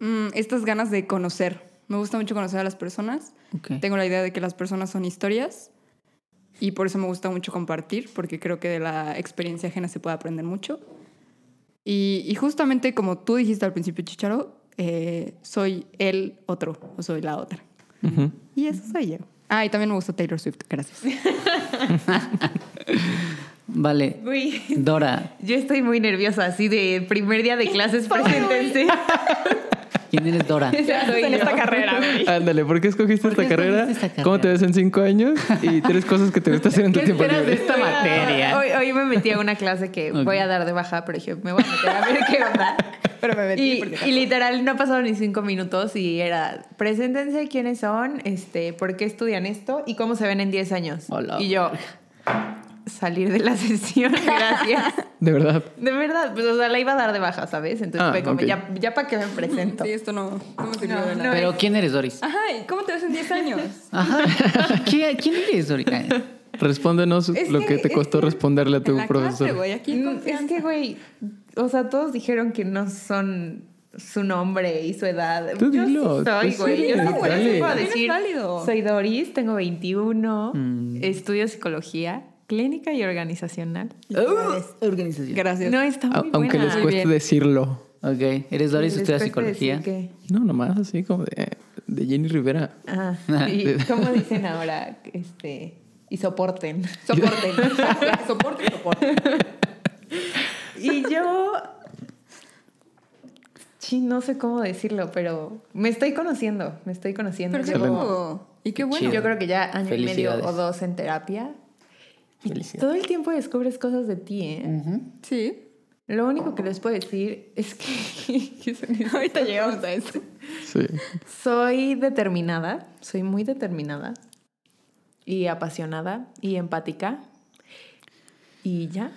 Speaker 2: mm, estas ganas de conocer. Me gusta mucho conocer a las personas.
Speaker 4: Ok.
Speaker 2: Tengo la idea de que las personas son historias. Y por eso me gusta mucho compartir, porque creo que de la experiencia ajena se puede aprender mucho. Y, y justamente como tú dijiste al principio, Chicharo, eh, soy el otro o soy la otra.
Speaker 1: Ujú.
Speaker 2: Y eso soy yo. Ah, y también me gusta Taylor Swift, gracias.
Speaker 4: Vale.
Speaker 3: Güey,
Speaker 4: Dora,
Speaker 3: yo estoy muy nerviosa, así de primer día de clases,
Speaker 2: soy, güey?
Speaker 3: preséntense. *laughs*
Speaker 4: ¿quién eres Dora?
Speaker 3: Esa soy
Speaker 2: En
Speaker 3: yo.
Speaker 2: esta carrera, güey.
Speaker 1: Ándale, ¿por qué escogiste
Speaker 4: ¿Por qué
Speaker 1: esta, carrera?
Speaker 4: escogiste esta
Speaker 1: ¿Cómo te
Speaker 4: carrera?
Speaker 1: ves en cinco años? Y tres cosas que te gusta hacer en tu
Speaker 3: ¿Qué
Speaker 1: tiempo
Speaker 3: esperas de
Speaker 1: libre.
Speaker 3: esta
Speaker 4: Voy a-
Speaker 3: materia? Hoy, hoy me metí a una clase que voy a dar de baja, pero dije, me voy a meter a ver qué onda.
Speaker 2: *laughs* Pero me metí
Speaker 3: Y,
Speaker 2: porque-
Speaker 3: y literal no pasaron ni cinco minutos y era, preséntense quiénes son, este, por qué estudian esto y cómo se ven en 10 años.
Speaker 4: Hola.
Speaker 3: Y yo, salir de la *laughs* sesión, *laughs* gracias.
Speaker 1: De verdad.
Speaker 3: De verdad, pues, o sea, la iba a dar de baja, ¿sabes? Entonces
Speaker 1: Ah,
Speaker 3: fue como,
Speaker 1: ok.
Speaker 3: ya, ya para qué me presento.
Speaker 2: Sí, esto no, no me sirvió
Speaker 3: No,
Speaker 2: de nada.
Speaker 3: no.
Speaker 4: Pero ¿quién eres Doris?
Speaker 2: Ajá, ¿y cómo te ves en 10 años?
Speaker 4: Ajá. ¿Qui- ¿Quién eres Doris? Ah,
Speaker 1: Respóndenos
Speaker 2: Es
Speaker 1: lo
Speaker 2: que-
Speaker 1: que te
Speaker 2: es
Speaker 1: costó
Speaker 2: que-
Speaker 1: responderle a
Speaker 2: En
Speaker 1: tu
Speaker 2: la clase,
Speaker 1: profesor.
Speaker 2: güey, aquí en
Speaker 3: No, Mm, es
Speaker 2: confianza.
Speaker 3: que, güey, o sea, todos dijeron que no son su nombre y su edad.
Speaker 1: Tú
Speaker 3: yo
Speaker 1: dilo,
Speaker 3: sí soy,
Speaker 1: tú
Speaker 3: güey.
Speaker 1: sí,
Speaker 3: yo sí
Speaker 1: dale.
Speaker 3: puedo- yo sí puedo
Speaker 2: También es
Speaker 3: decir,
Speaker 2: válido.
Speaker 3: soy Doris, tengo 21,
Speaker 1: Mm.
Speaker 3: estudio psicología clínica y organizacional.
Speaker 4: *laughs* Uh. organización.
Speaker 2: Gracias.
Speaker 3: No, está
Speaker 1: A-
Speaker 3: muy
Speaker 1: Aunque
Speaker 3: buena.
Speaker 1: les cueste
Speaker 2: bien.
Speaker 1: decirlo.
Speaker 4: Ok, eres Doris,
Speaker 3: Les
Speaker 4: estudia
Speaker 3: cueste
Speaker 4: psicología.
Speaker 3: decir que-
Speaker 1: No, nomás así como de, de Jenny Rivera.
Speaker 3: Ah,
Speaker 1: *laughs*
Speaker 3: y como dicen ahora, este, y soporten.
Speaker 2: Soporte. *laughs* soporte, soporte.
Speaker 3: *laughs* Y yo. Sí, no sé cómo decirlo, pero me estoy conociendo, me estoy conociendo.
Speaker 2: Pero qué
Speaker 3: Llevo-
Speaker 1: Excelente.
Speaker 2: bueno. Y qué bueno.
Speaker 4: chido.
Speaker 3: Yo creo que ya año y medio
Speaker 4: Felicidades.
Speaker 3: o dos en terapia. Y
Speaker 4: Felicidades. Mm.
Speaker 3: todo el tiempo descubres cosas de ti, ¿eh?
Speaker 2: Sí.
Speaker 3: Lo único que les puedo decir es que, *laughs* que son- ahorita llegamos a eso.
Speaker 1: Sí.
Speaker 3: Soy determinada, soy muy determinada y apasionada y empática. Y ya.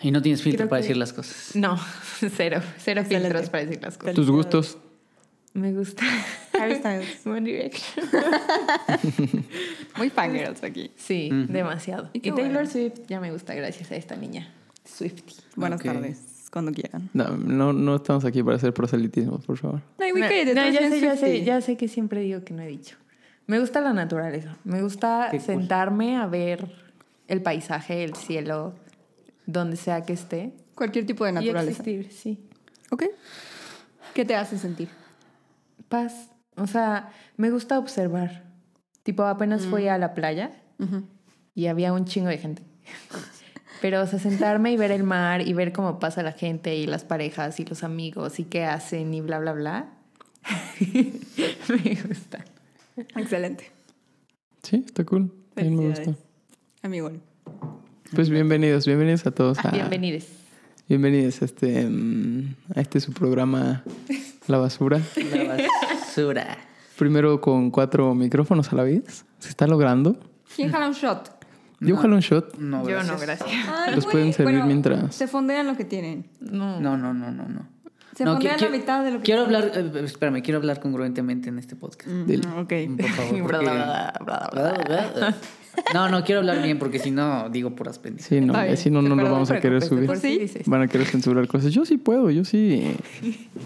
Speaker 4: Y no tienes filtro
Speaker 3: Creo
Speaker 4: para
Speaker 3: que-
Speaker 4: decir las
Speaker 3: *laughs*
Speaker 4: cosas.
Speaker 3: No, cero, cero
Speaker 2: Excelente.
Speaker 3: filtros para decir las cosas.
Speaker 1: Tus gustos.
Speaker 3: Me gusta. *laughs*
Speaker 2: Harry Styles.
Speaker 3: One Direction.
Speaker 2: *laughs* Muy fangirls aquí.
Speaker 3: Sí,
Speaker 4: Ujú.
Speaker 3: demasiado.
Speaker 2: Y
Speaker 3: Y,
Speaker 2: qué
Speaker 3: Taylor
Speaker 2: bueno.
Speaker 3: Swift ya me gusta gracias a esta niña. Swifty.
Speaker 2: Buenas
Speaker 4: Ok.
Speaker 2: tardes, cuando quieran.
Speaker 1: No, no, no estamos aquí para hacer proselitismo, por favor.
Speaker 2: No, y we
Speaker 3: No,
Speaker 2: get it,
Speaker 3: no,
Speaker 2: todos
Speaker 3: ya
Speaker 2: bien
Speaker 3: sé, ya sé,
Speaker 2: Swiftie.
Speaker 3: ya sé que siempre digo que no he dicho. Me gusta la naturaleza. Me gusta
Speaker 4: Qué cool.
Speaker 3: sentarme a ver el paisaje, el cielo, donde sea que esté.
Speaker 2: Cualquier tipo de
Speaker 3: Y
Speaker 2: naturaleza.
Speaker 3: existir, sí.
Speaker 2: ¿Ok? ¿Qué te hace sentir?
Speaker 3: Paz. O sea, me gusta observar. Tipo, apenas fui a la playa y había un chingo de gente. *laughs* Pero, o sea, sentarme y ver el mar y ver cómo pasa la gente y las parejas y los amigos y qué hacen y bla, bla, bla. *laughs* me gusta.
Speaker 2: Excelente.
Speaker 1: Sí, está cool. A mí me gusta.
Speaker 2: Felicidades. Amigo.
Speaker 1: Pues bienvenidos, bienvenidos a todos.
Speaker 4: Ah.
Speaker 1: a-
Speaker 3: Bienvenidos.
Speaker 1: Bienvenidos a este, mm, a este su programa La Basura.
Speaker 4: La basura.
Speaker 1: Primero con cuatro micrófonos a la vez. Se está logrando.
Speaker 2: ¿Quién jala un shot?
Speaker 1: Yo ojalá un shot.
Speaker 4: No,
Speaker 3: Yo
Speaker 4: gracias.
Speaker 3: no, gracias.
Speaker 2: Ay,
Speaker 1: Los
Speaker 2: güey.
Speaker 1: pueden servir
Speaker 2: Bueno,
Speaker 1: mientras.
Speaker 2: Se fondean lo que tienen.
Speaker 3: No.
Speaker 4: No, no, no, no, no.
Speaker 2: Se
Speaker 4: No,
Speaker 2: pondría
Speaker 4: qui-
Speaker 2: la
Speaker 4: qui-
Speaker 2: mitad de lo que
Speaker 4: Quiero hablar, eh, espérame, quiero hablar congruentemente en este podcast.
Speaker 1: Dile.
Speaker 2: Mm, Ok.
Speaker 4: Por favor.
Speaker 3: Bla,
Speaker 4: porque-
Speaker 3: bla, bla, bla, bla.
Speaker 4: No, no, quiero hablar bien porque si no digo puras pendejas.
Speaker 1: Sí, no,
Speaker 2: Está bien.
Speaker 1: así no, no
Speaker 2: Pero
Speaker 1: lo
Speaker 2: no
Speaker 1: vamos
Speaker 2: te
Speaker 1: a querer
Speaker 3: Pues,
Speaker 1: subir.
Speaker 3: por
Speaker 2: Sí.
Speaker 3: sí dices.
Speaker 1: Van a querer censurar cosas. Yo sí puedo, yo sí.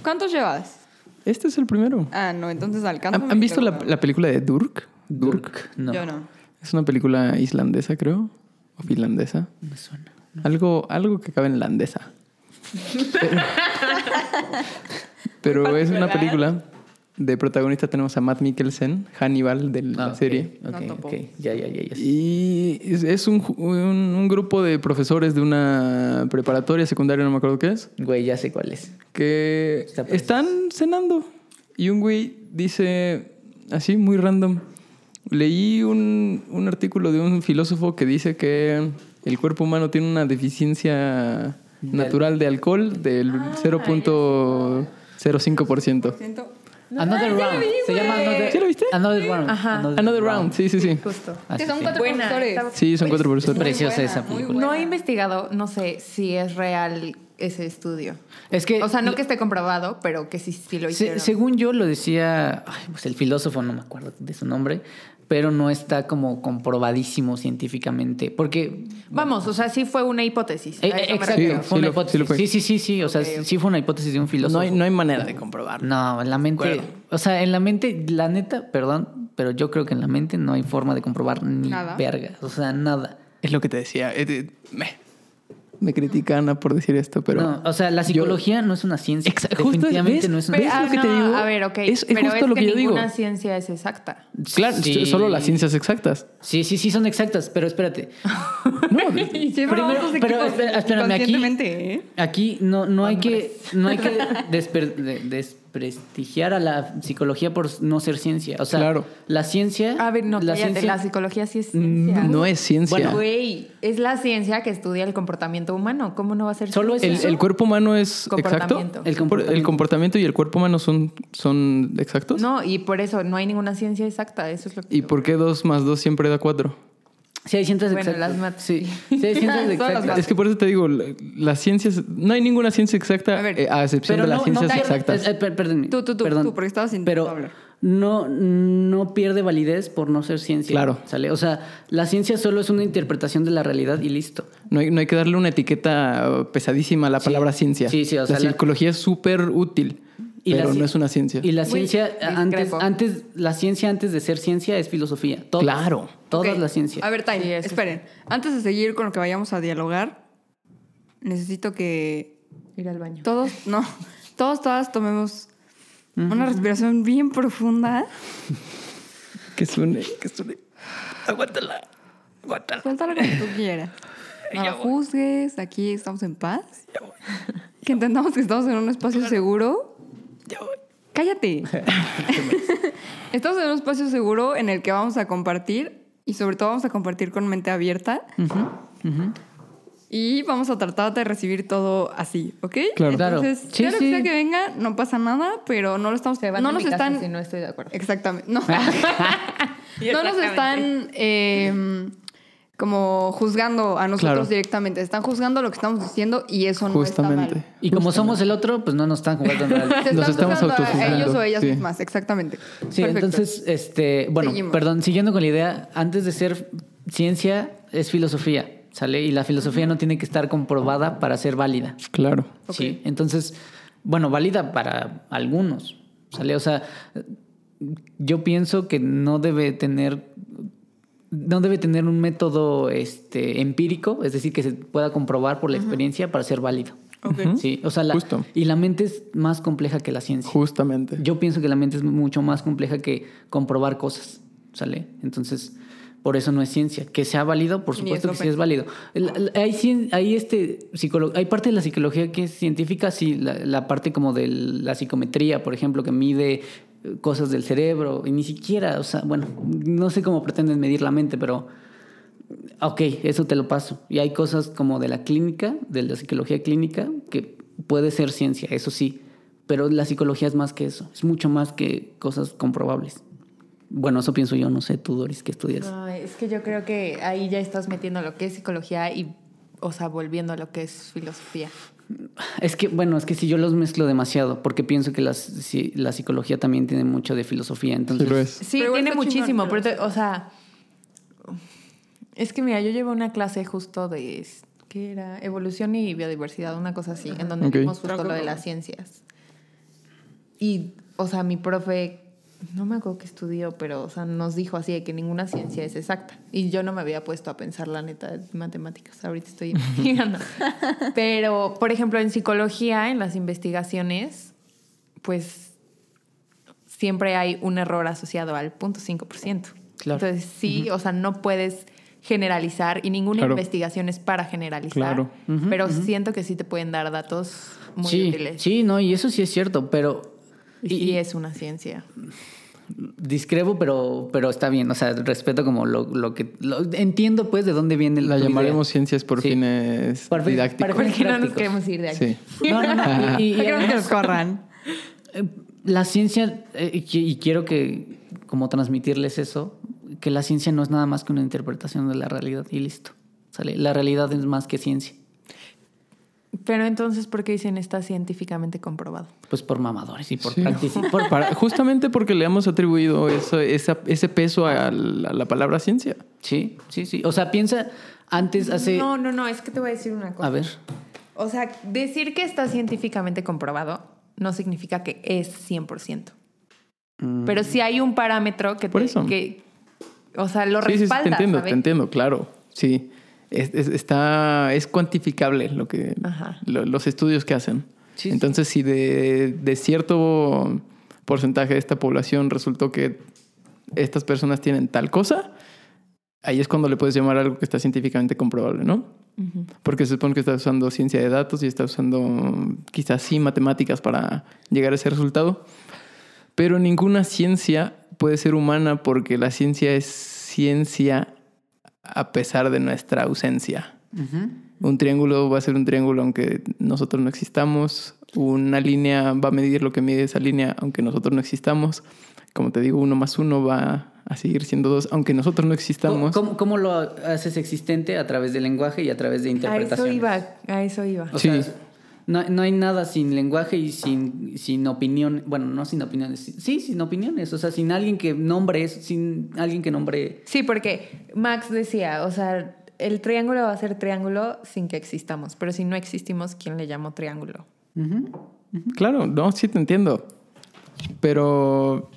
Speaker 2: ¿Cuántos llevas?
Speaker 1: Este es el primero.
Speaker 2: Ah, no, entonces alcanza.
Speaker 1: ¿Han, han visto la, la película de Durk? Durk.
Speaker 4: No,
Speaker 2: Yo no.
Speaker 1: Es una película islandesa, creo. O finlandesa.
Speaker 4: no me suena.
Speaker 1: Algo, algo que acaba en landesa. Pero, pero es una película. De protagonista tenemos a Matt Mikkelsen, Hannibal de la
Speaker 4: Ah, ok,
Speaker 1: serie.
Speaker 4: Ok,
Speaker 2: No topo.
Speaker 4: ok. Ya, ya, ya, ya.
Speaker 1: Y es, es un, ju- un- un grupo de profesores de una preparatoria secundaria, no me acuerdo qué es,
Speaker 4: Güey, ya sé cuál es.
Speaker 1: que
Speaker 4: Está preso.
Speaker 1: están cenando. Y un güey dice, así, muy random, leí un, un artículo de un filósofo que dice que el cuerpo humano tiene una deficiencia natural de alcohol del 0.05%.
Speaker 2: Siento.
Speaker 3: ah,
Speaker 4: Another Round. se llama Another
Speaker 1: ¿Sí lo viste?
Speaker 4: Another Round.
Speaker 3: Ajá.
Speaker 1: Another round, sí, sí, sí.
Speaker 3: Justo.
Speaker 4: Así
Speaker 2: que son
Speaker 4: se
Speaker 2: cuatro
Speaker 3: Buena,
Speaker 2: profesores.
Speaker 3: está-
Speaker 1: Sí, son cuatro
Speaker 4: llama.
Speaker 1: profesores.
Speaker 4: Preciosa
Speaker 2: buena,
Speaker 4: esa
Speaker 2: muy
Speaker 4: película.
Speaker 2: buena.
Speaker 3: No he investigado, no sé si es real ese estudio.
Speaker 4: Es que.
Speaker 3: O sea, no que esté comprobado, pero que sí, sí lo
Speaker 4: se-
Speaker 3: hicieron.
Speaker 4: según yo lo decía. ay, pues el filósofo, no me acuerdo de su nombre. Pero no está como comprobadísimo científicamente. Porque.
Speaker 3: Vamos, o sea, sí fue una hipótesis.
Speaker 4: eh,
Speaker 3: A
Speaker 4: eh,
Speaker 3: eso me
Speaker 4: exacto.
Speaker 3: refiero.
Speaker 1: Sí,
Speaker 4: fue una
Speaker 1: lo- sí
Speaker 4: hipótesis.
Speaker 1: lo fue.
Speaker 4: Sí, sí, sí, sí. O sea, sí fue una hipótesis de un filósofo.
Speaker 1: No hay, no hay manera de comprobarlo.
Speaker 4: No, en la
Speaker 1: De
Speaker 4: mente.
Speaker 1: acuerdo.
Speaker 4: O sea, en la mente, la neta, perdón, pero yo creo que en la mente no hay forma de comprobar ni
Speaker 2: Nada.
Speaker 4: verga. O sea, nada.
Speaker 1: Es lo que te decía. eh, eh, Me, me critica Ana por decir esto, pero...
Speaker 4: No, o sea, la psicología no es una ciencia.
Speaker 1: Exacto, justo es-
Speaker 4: Definitivamente
Speaker 1: ¿ves?
Speaker 4: no es una
Speaker 1: Pero-
Speaker 4: ciencia.
Speaker 1: ¿Ves lo que te digo?
Speaker 3: A ver, ok.
Speaker 1: Es- es
Speaker 3: pero
Speaker 1: justo
Speaker 3: es
Speaker 1: lo
Speaker 3: que,
Speaker 1: que yo
Speaker 3: ninguna
Speaker 1: digo.
Speaker 3: ciencia es exacta.
Speaker 1: Claro,
Speaker 4: Sí.
Speaker 1: solo las ciencias exactas.
Speaker 4: Sí, sí, sí, son exactas, pero
Speaker 3: *laughs*
Speaker 4: espérate.
Speaker 2: Siempre
Speaker 4: Primero-
Speaker 2: vamos a
Speaker 4: pero
Speaker 2: equipos
Speaker 4: espera- espérame, aquí-
Speaker 2: conscientemente, ¿eh?
Speaker 4: Aquí no, no hay que, no hay
Speaker 3: *laughs*
Speaker 4: que desper- de- desprestigiar a la psicología por no ser ciencia. O sea,
Speaker 1: Claro.
Speaker 4: la ciencia.
Speaker 3: A ver, no,
Speaker 4: la
Speaker 3: cállate, la psicología sí es ciencia.
Speaker 1: Mm, No es ciencia.
Speaker 4: Bueno,
Speaker 3: Güey, es la ciencia que estudia el comportamiento humano. ¿Cómo no va a ser
Speaker 4: Solo
Speaker 3: ciencia?
Speaker 1: el, el cuerpo humano es
Speaker 3: Comportamiento.
Speaker 1: exacto.
Speaker 4: El
Speaker 1: Por-
Speaker 4: comportamiento.
Speaker 1: comportamiento y el cuerpo humano son, son exactos.
Speaker 3: No, y por eso no hay ninguna ciencia exacta. Eso es lo que.
Speaker 1: ¿Y por qué 2 más 2 siempre da 4?
Speaker 4: Sí, hay ciencias
Speaker 3: Bueno,
Speaker 4: exactas.
Speaker 3: las mates.
Speaker 4: Sí, sí,
Speaker 2: *laughs*
Speaker 4: hay ciencias
Speaker 2: Son las
Speaker 4: exactas.
Speaker 1: Es que por eso te digo, la- las ciencias, no hay ninguna ciencia exacta
Speaker 2: A
Speaker 1: eh,
Speaker 2: ver,
Speaker 1: a, excepción de las ciencias
Speaker 4: pierde-
Speaker 1: exactas.
Speaker 4: eh, eh, per- perdón,
Speaker 2: Tú, tú, tú,
Speaker 4: perdón.
Speaker 2: tú, porque estabas intentando
Speaker 4: Pero
Speaker 2: hablar.
Speaker 4: no, no pierde validez por no ser ciencia.
Speaker 1: Claro.
Speaker 4: ¿sale? O sea, la ciencia solo es una interpretación de la realidad y listo.
Speaker 1: no, hay, no hay que darle una etiqueta pesadísima a la
Speaker 4: Sí.
Speaker 1: palabra ciencia.
Speaker 4: Sí, sí, o sea,
Speaker 1: la
Speaker 4: la-
Speaker 1: psicología es súper útil,
Speaker 4: Y la
Speaker 1: pero
Speaker 4: ci-
Speaker 1: no es una ciencia.
Speaker 4: Y la
Speaker 3: Güey,
Speaker 4: ciencia, a- antes,
Speaker 3: discrepo.
Speaker 4: antes, la ciencia antes de ser ciencia es filosofía. Todas.
Speaker 1: Claro.
Speaker 4: Todas
Speaker 2: Ok,
Speaker 4: las ciencias.
Speaker 2: A ver, Time,
Speaker 3: Sí, eso
Speaker 2: esperen. Antes de seguir con lo que vayamos a dialogar, necesito que
Speaker 3: Ir al baño.
Speaker 2: todos, no, *laughs* todos, todas tomemos una respiración bien profunda.
Speaker 1: Que suene, que suene. Aguántala, aguántala.
Speaker 2: Suéltalo como tú
Speaker 1: *laughs*
Speaker 2: quieras. No la juzgues, aquí estamos en paz.
Speaker 1: Ya voy,
Speaker 2: Que entendamos que estamos en un espacio seguro.
Speaker 1: ya voy. *laughs*
Speaker 2: Cállate. *laughs* estamos en un espacio seguro en el que vamos a compartir y sobre todo vamos a compartir con mente abierta. Y vamos a tratar de recibir todo así, ¿ok?
Speaker 1: Claro.
Speaker 4: Claro.
Speaker 2: Entonces,
Speaker 4: Sí,
Speaker 2: sea lo que
Speaker 4: sí.
Speaker 2: sea que venga, no pasa nada, pero no lo estamos...
Speaker 3: Se van
Speaker 2: no
Speaker 3: de
Speaker 2: nos
Speaker 3: mi casa
Speaker 2: están...
Speaker 3: si no
Speaker 1: *laughs*
Speaker 3: estoy de acuerdo.
Speaker 2: Exactamente. No. no nos están eh, como juzgando a nosotros
Speaker 1: Claro.
Speaker 2: directamente. Están juzgando lo que estamos diciendo y eso no está
Speaker 1: Justamente.
Speaker 2: mal.
Speaker 4: Y como somos el otro, pues no nos están jugando nada.
Speaker 2: Se están
Speaker 1: Nos estamos
Speaker 2: juzgando a
Speaker 1: autojuzgando,
Speaker 2: ellos o ellas
Speaker 1: sí.
Speaker 2: mismas, exactamente.
Speaker 4: Sí,
Speaker 2: Perfecto.
Speaker 4: entonces, este, bueno,
Speaker 2: Seguimos.
Speaker 4: perdón, siguiendo con la idea, antes de ser ciencia es filosofía, ¿sale? Y la filosofía no tiene que estar comprobada para ser válida.
Speaker 1: Claro.
Speaker 2: Ok.
Speaker 4: Sí, entonces, bueno, válida para algunos, ¿sale? O sea, yo pienso que no debe tener no debe tener un método este empírico, es decir, que se pueda comprobar por la experiencia para ser válido.
Speaker 1: Ujú.
Speaker 4: Sí, o sea, la,
Speaker 1: Justo.
Speaker 4: y la mente es más compleja que la ciencia.
Speaker 1: Justamente.
Speaker 4: Yo pienso que la mente es mucho más compleja que comprobar cosas, ¿sale? Entonces, por eso no es ciencia. Que sea válido, por
Speaker 2: Ni
Speaker 4: supuesto
Speaker 2: es
Speaker 4: que sí es válido. La- la- Hay, cien- hay, este, psicolo- hay parte de la psicología que es científica, sí, la, la parte como de la psicometría, por ejemplo, que mide eh, cosas del cerebro, y ni siquiera, o sea, bueno, no sé cómo pretenden medir la mente, pero... Ok, eso te lo paso. Y hay cosas como de la clínica, de la psicología clínica, que puede ser ciencia, eso sí. Pero la psicología es más que eso. Es mucho más que cosas comprobables. Bueno, eso pienso yo, no sé tú, Doris, que estudias.
Speaker 3: No, es que yo creo que ahí ya estás metiendo lo que es psicología y, o sea, volviendo a lo que es filosofía.
Speaker 4: Es que, bueno, es que si yo los mezclo demasiado, porque pienso que las- si- la psicología también tiene mucho de filosofía.
Speaker 1: Sí
Speaker 4: Entonces,
Speaker 1: lo es.
Speaker 3: Sí,
Speaker 2: Pero igual
Speaker 3: tiene
Speaker 2: está chingón,
Speaker 3: muchísimo,
Speaker 2: pero-
Speaker 3: pero, te- o sea, es que mira, yo llevo una clase justo de, es- ¿qué era? Evolución y biodiversidad, una cosa así, en donde
Speaker 1: Ok.
Speaker 3: vimos justo lo de las ciencias. Y, o sea, mi profe, no me acuerdo qué estudió, pero, o sea, nos dijo así de que ninguna ciencia es exacta. Y yo no me había puesto a pensar, la neta, en matemáticas, ahorita estoy *laughs* investigando. pero, por ejemplo, en psicología, en las investigaciones, pues siempre hay un error asociado al 0.5%.
Speaker 4: Claro.
Speaker 3: Entonces, sí, o sea, no puedes generalizar y ninguna
Speaker 1: Claro.
Speaker 3: investigación es para generalizar.
Speaker 1: Claro.
Speaker 3: pero siento que sí te pueden dar datos muy
Speaker 4: sí,
Speaker 3: útiles.
Speaker 4: sí, no, y eso sí es cierto, pero...
Speaker 3: Y,
Speaker 4: y-
Speaker 3: y es una ciencia.
Speaker 4: discrepo, pero, pero está bien. O sea, respeto como lo, lo que... lo- entiendo pues de dónde viene
Speaker 1: La
Speaker 4: tu idea.
Speaker 1: llamaremos ciencias por
Speaker 4: Sí.
Speaker 1: fines
Speaker 4: Por fin-
Speaker 1: didácticos.
Speaker 4: para
Speaker 3: Porque no nos
Speaker 4: prácticos.
Speaker 3: queremos ir de aquí.
Speaker 1: Sí.
Speaker 4: No, no, no.
Speaker 3: *laughs*
Speaker 4: Y, y
Speaker 2: Para que no
Speaker 4: además,
Speaker 2: *laughs* nos corran.
Speaker 4: eh, la ciencia, eh, y, qui- y quiero que, como transmitirles eso, que la ciencia no es nada más que una interpretación de la realidad y listo. ¿sale? La realidad es más que ciencia.
Speaker 3: Pero entonces, ¿por qué dicen está científicamente comprobado?
Speaker 4: Pues por mamadores y por
Speaker 1: Sí.
Speaker 4: practici-
Speaker 3: *laughs*
Speaker 4: por-
Speaker 1: Para- justamente porque le hemos atribuido eso- esa- ese peso a la, a la palabra ciencia.
Speaker 4: sí, sí, sí. O sea, piensa antes, hace.
Speaker 3: No, no, no, es que te voy a decir una cosa.
Speaker 4: a ver.
Speaker 3: O sea, decir que está científicamente comprobado no significa que es 100%. Pero sí hay un parámetro que...
Speaker 1: Mm. Por
Speaker 3: te-
Speaker 1: eso.
Speaker 3: que- o sea, lo
Speaker 1: sí, sí, sí,
Speaker 3: respalda,
Speaker 1: te entiendo,
Speaker 3: ¿sabes?
Speaker 1: te entiendo, claro. Sí. Es, es- está, es cuantificable lo que,
Speaker 3: Ajá.
Speaker 1: lo- los estudios que hacen.
Speaker 4: Sí, sí.
Speaker 1: Entonces, si de, de cierto porcentaje de esta población resultó que estas personas tienen tal cosa, ahí es cuando le puedes llamar algo que está científicamente comprobable, ¿no? Porque se supone que está usando ciencia de datos y está usando quizás sí matemáticas para llegar a ese resultado. Pero ninguna ciencia puede ser humana porque la ciencia es ciencia a pesar de nuestra ausencia. Un triángulo va a ser un triángulo aunque nosotros no existamos. Una línea va a medir lo que mide esa línea aunque nosotros no existamos. Como te digo, uno más uno va a seguir siendo dos aunque nosotros no
Speaker 4: ¿Cómo,
Speaker 1: existamos.
Speaker 4: cómo, cómo lo haces existente? A través del lenguaje y a través de
Speaker 3: A eso
Speaker 4: interpretación.
Speaker 3: iba, a eso iba.
Speaker 4: O
Speaker 1: Sí.
Speaker 4: sea, no, no hay nada sin lenguaje y sin, sin opinión. Bueno, no sin opiniones. Sí, sin opiniones. O sea, sin alguien que nombre eso, sin alguien que nombre.
Speaker 3: Sí, porque Max decía, o sea, el triángulo va a ser triángulo sin que existamos, pero si no existimos, ¿quién le llamó triángulo?
Speaker 1: Claro, no, sí te entiendo. Pero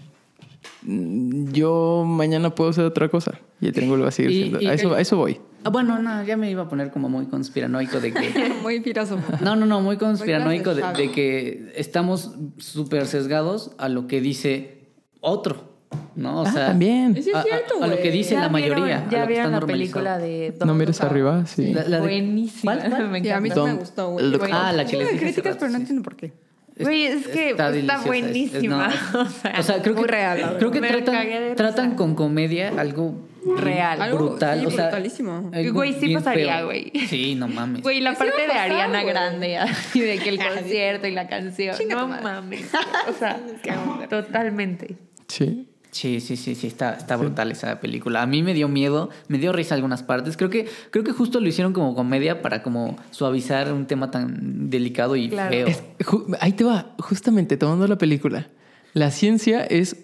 Speaker 1: mm, yo mañana puedo hacer otra cosa y el triángulo va a seguir
Speaker 4: Y-
Speaker 1: siendo.
Speaker 4: y-
Speaker 1: a, eso, a eso voy.
Speaker 4: Ah, bueno, no, ya me iba a poner como muy conspiranoico de
Speaker 1: *laughs*
Speaker 4: que.
Speaker 2: Muy filósofo.
Speaker 4: No, no, no,
Speaker 1: Pues
Speaker 4: muy conspiranoico de,
Speaker 2: Muy
Speaker 4: de que estamos súper sesgados a lo que dice otro. ¿No? O
Speaker 1: Ah,
Speaker 4: sea.
Speaker 1: también.
Speaker 2: Sí, es
Speaker 4: a- a-
Speaker 2: cierto,
Speaker 4: a, lo que
Speaker 2: güey.
Speaker 4: dice
Speaker 3: Ya
Speaker 4: la
Speaker 3: vieron-
Speaker 4: mayoría. a lo
Speaker 3: ya
Speaker 4: que está
Speaker 3: vieron la
Speaker 4: normalizado.
Speaker 3: película de Don't
Speaker 1: No mires
Speaker 3: Look Up?
Speaker 1: arriba, sí.
Speaker 4: La- la de-
Speaker 3: Buenísima,
Speaker 4: ¿Cuál, cuál?
Speaker 3: *laughs* me
Speaker 2: Sí, a
Speaker 3: encanta.
Speaker 2: mí también me
Speaker 1: Don't
Speaker 2: gustó, güey.
Speaker 1: look
Speaker 4: Ah, la que les
Speaker 2: Tuve
Speaker 4: dije hace
Speaker 2: críticas,
Speaker 4: rato,
Speaker 2: pero no
Speaker 4: sí.
Speaker 2: entiendo por qué.
Speaker 3: Güey, es que está
Speaker 4: deliciosa, es-
Speaker 3: buenísima.
Speaker 4: es- no.
Speaker 3: *laughs* O sea,
Speaker 4: creo que,
Speaker 3: muy real, la
Speaker 4: creo que
Speaker 3: verdad. Me cagué
Speaker 4: tratan,
Speaker 3: de
Speaker 4: tratan
Speaker 3: risa.
Speaker 4: con comedia algo
Speaker 3: Real.
Speaker 4: br-
Speaker 2: Algo,
Speaker 4: brutal.
Speaker 2: sí,
Speaker 4: o sea,
Speaker 2: brutalísimo.
Speaker 4: algo
Speaker 3: Güey, sí
Speaker 4: bien
Speaker 3: pasaría,
Speaker 4: feo.
Speaker 3: güey.
Speaker 4: Sí, no mames.
Speaker 3: Güey, la
Speaker 2: Eso iba
Speaker 3: parte
Speaker 2: a
Speaker 3: de
Speaker 2: pasar,
Speaker 3: Ariana
Speaker 2: güey.
Speaker 3: Grande, *laughs* así de que el concierto y la canción.
Speaker 2: Chinga tu
Speaker 3: No *laughs*
Speaker 2: madre.
Speaker 3: mames. O sea,
Speaker 2: ¿Qué onda?
Speaker 3: totalmente.
Speaker 1: Sí.
Speaker 4: Sí, sí, sí, sí, está, está brutal esa película. A mí me dio miedo, me dio risa algunas partes. Creo que, creo que justo lo hicieron como comedia para como suavizar un tema tan delicado y
Speaker 3: Claro.
Speaker 4: feo.
Speaker 3: Es-
Speaker 1: Ju- Ahí te va, justamente tomando la película. La ciencia es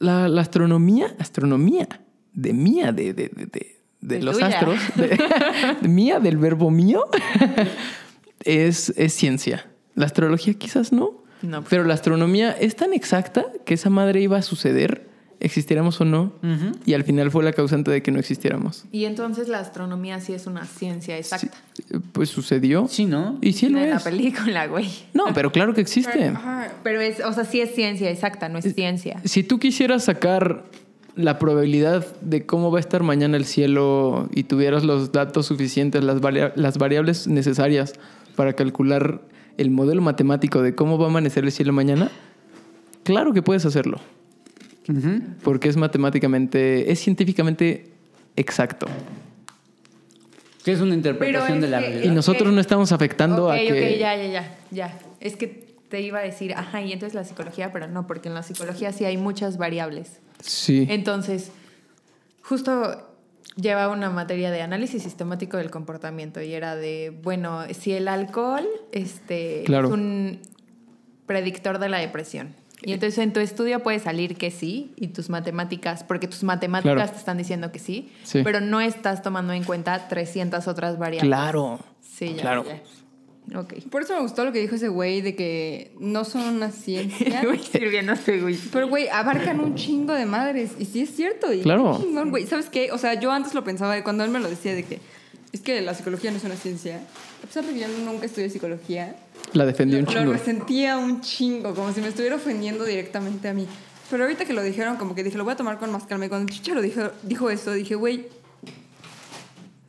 Speaker 1: la, la astronomía, astronomía de mía, de, de, de, de- de
Speaker 3: De
Speaker 1: los
Speaker 3: tuya.
Speaker 1: astros,
Speaker 3: *laughs*
Speaker 1: de, de mía, del verbo mío, es, es ciencia. La astrología quizás no,
Speaker 3: No, pues.
Speaker 1: pero la astronomía es tan exacta que esa madre iba a suceder, existiéramos o no,
Speaker 4: Ujú.
Speaker 1: y al final fue la causante de que no existiéramos.
Speaker 3: Y entonces la astronomía sí es una ciencia exacta.
Speaker 1: Eh, Pues sucedió.
Speaker 4: Sí, ¿no?
Speaker 1: Y sí lo
Speaker 3: de la
Speaker 1: es.
Speaker 3: película, güey.
Speaker 1: No, pero claro que existe.
Speaker 2: Pero, ajá,
Speaker 3: Pero es, o sea, sí es ciencia exacta, no es ciencia.
Speaker 1: Si tú quisieras sacar la probabilidad de cómo va a estar mañana el cielo y tuvieras los datos suficientes, las, varia- las variables necesarias para calcular el modelo matemático de cómo va a amanecer el cielo mañana, claro que puedes hacerlo,
Speaker 4: Ujú.
Speaker 1: porque es matemáticamente, es científicamente exacto.
Speaker 4: Sí, es una interpretación
Speaker 3: es
Speaker 4: de la
Speaker 3: que-
Speaker 1: Y
Speaker 4: realidad.
Speaker 1: nosotros
Speaker 3: Ok.
Speaker 1: no estamos afectando
Speaker 3: ok,
Speaker 1: a que...
Speaker 3: ok, ya, ya, ya, ya. Es que te iba a decir, ajá, y entonces la psicología, pero no, porque en la psicología sí hay muchas variables.
Speaker 1: Sí.
Speaker 3: Entonces, justo lleva una materia de análisis sistemático del comportamiento y era de, bueno, si el alcohol este,
Speaker 1: Claro.
Speaker 3: es un predictor de la depresión.
Speaker 1: Eh.
Speaker 3: Y entonces en tu estudio puede salir que sí y tus matemáticas, porque tus matemáticas
Speaker 1: Claro.
Speaker 3: te están diciendo que sí,
Speaker 1: Sí.
Speaker 3: pero no estás tomando en cuenta 300 otras variables.
Speaker 1: Claro.
Speaker 3: Sí, ya,
Speaker 1: Claro.
Speaker 3: ya. Ok.
Speaker 2: Por eso me gustó lo que dijo ese güey de que no son
Speaker 3: *laughs*
Speaker 2: una *laughs* ciencia.
Speaker 3: sirviéndose, este güey.
Speaker 2: Pero, güey, abarcan un chingo de madres. Y sí es cierto. Y
Speaker 1: Claro.
Speaker 2: qué chingón, güey. ¿Sabes qué? O sea, yo antes lo pensaba de cuando él me lo decía de que es que la psicología no es una ciencia. A pesar de que yo nunca estudié psicología,
Speaker 1: La defendí un
Speaker 2: lo
Speaker 1: chingo.
Speaker 2: resentía un chingo, como si me estuviera ofendiendo directamente a mí. Pero ahorita que lo dijeron, como que dije, lo voy a tomar con más calma. Y cuando Chicha lo dijo, dijo eso, dije, güey,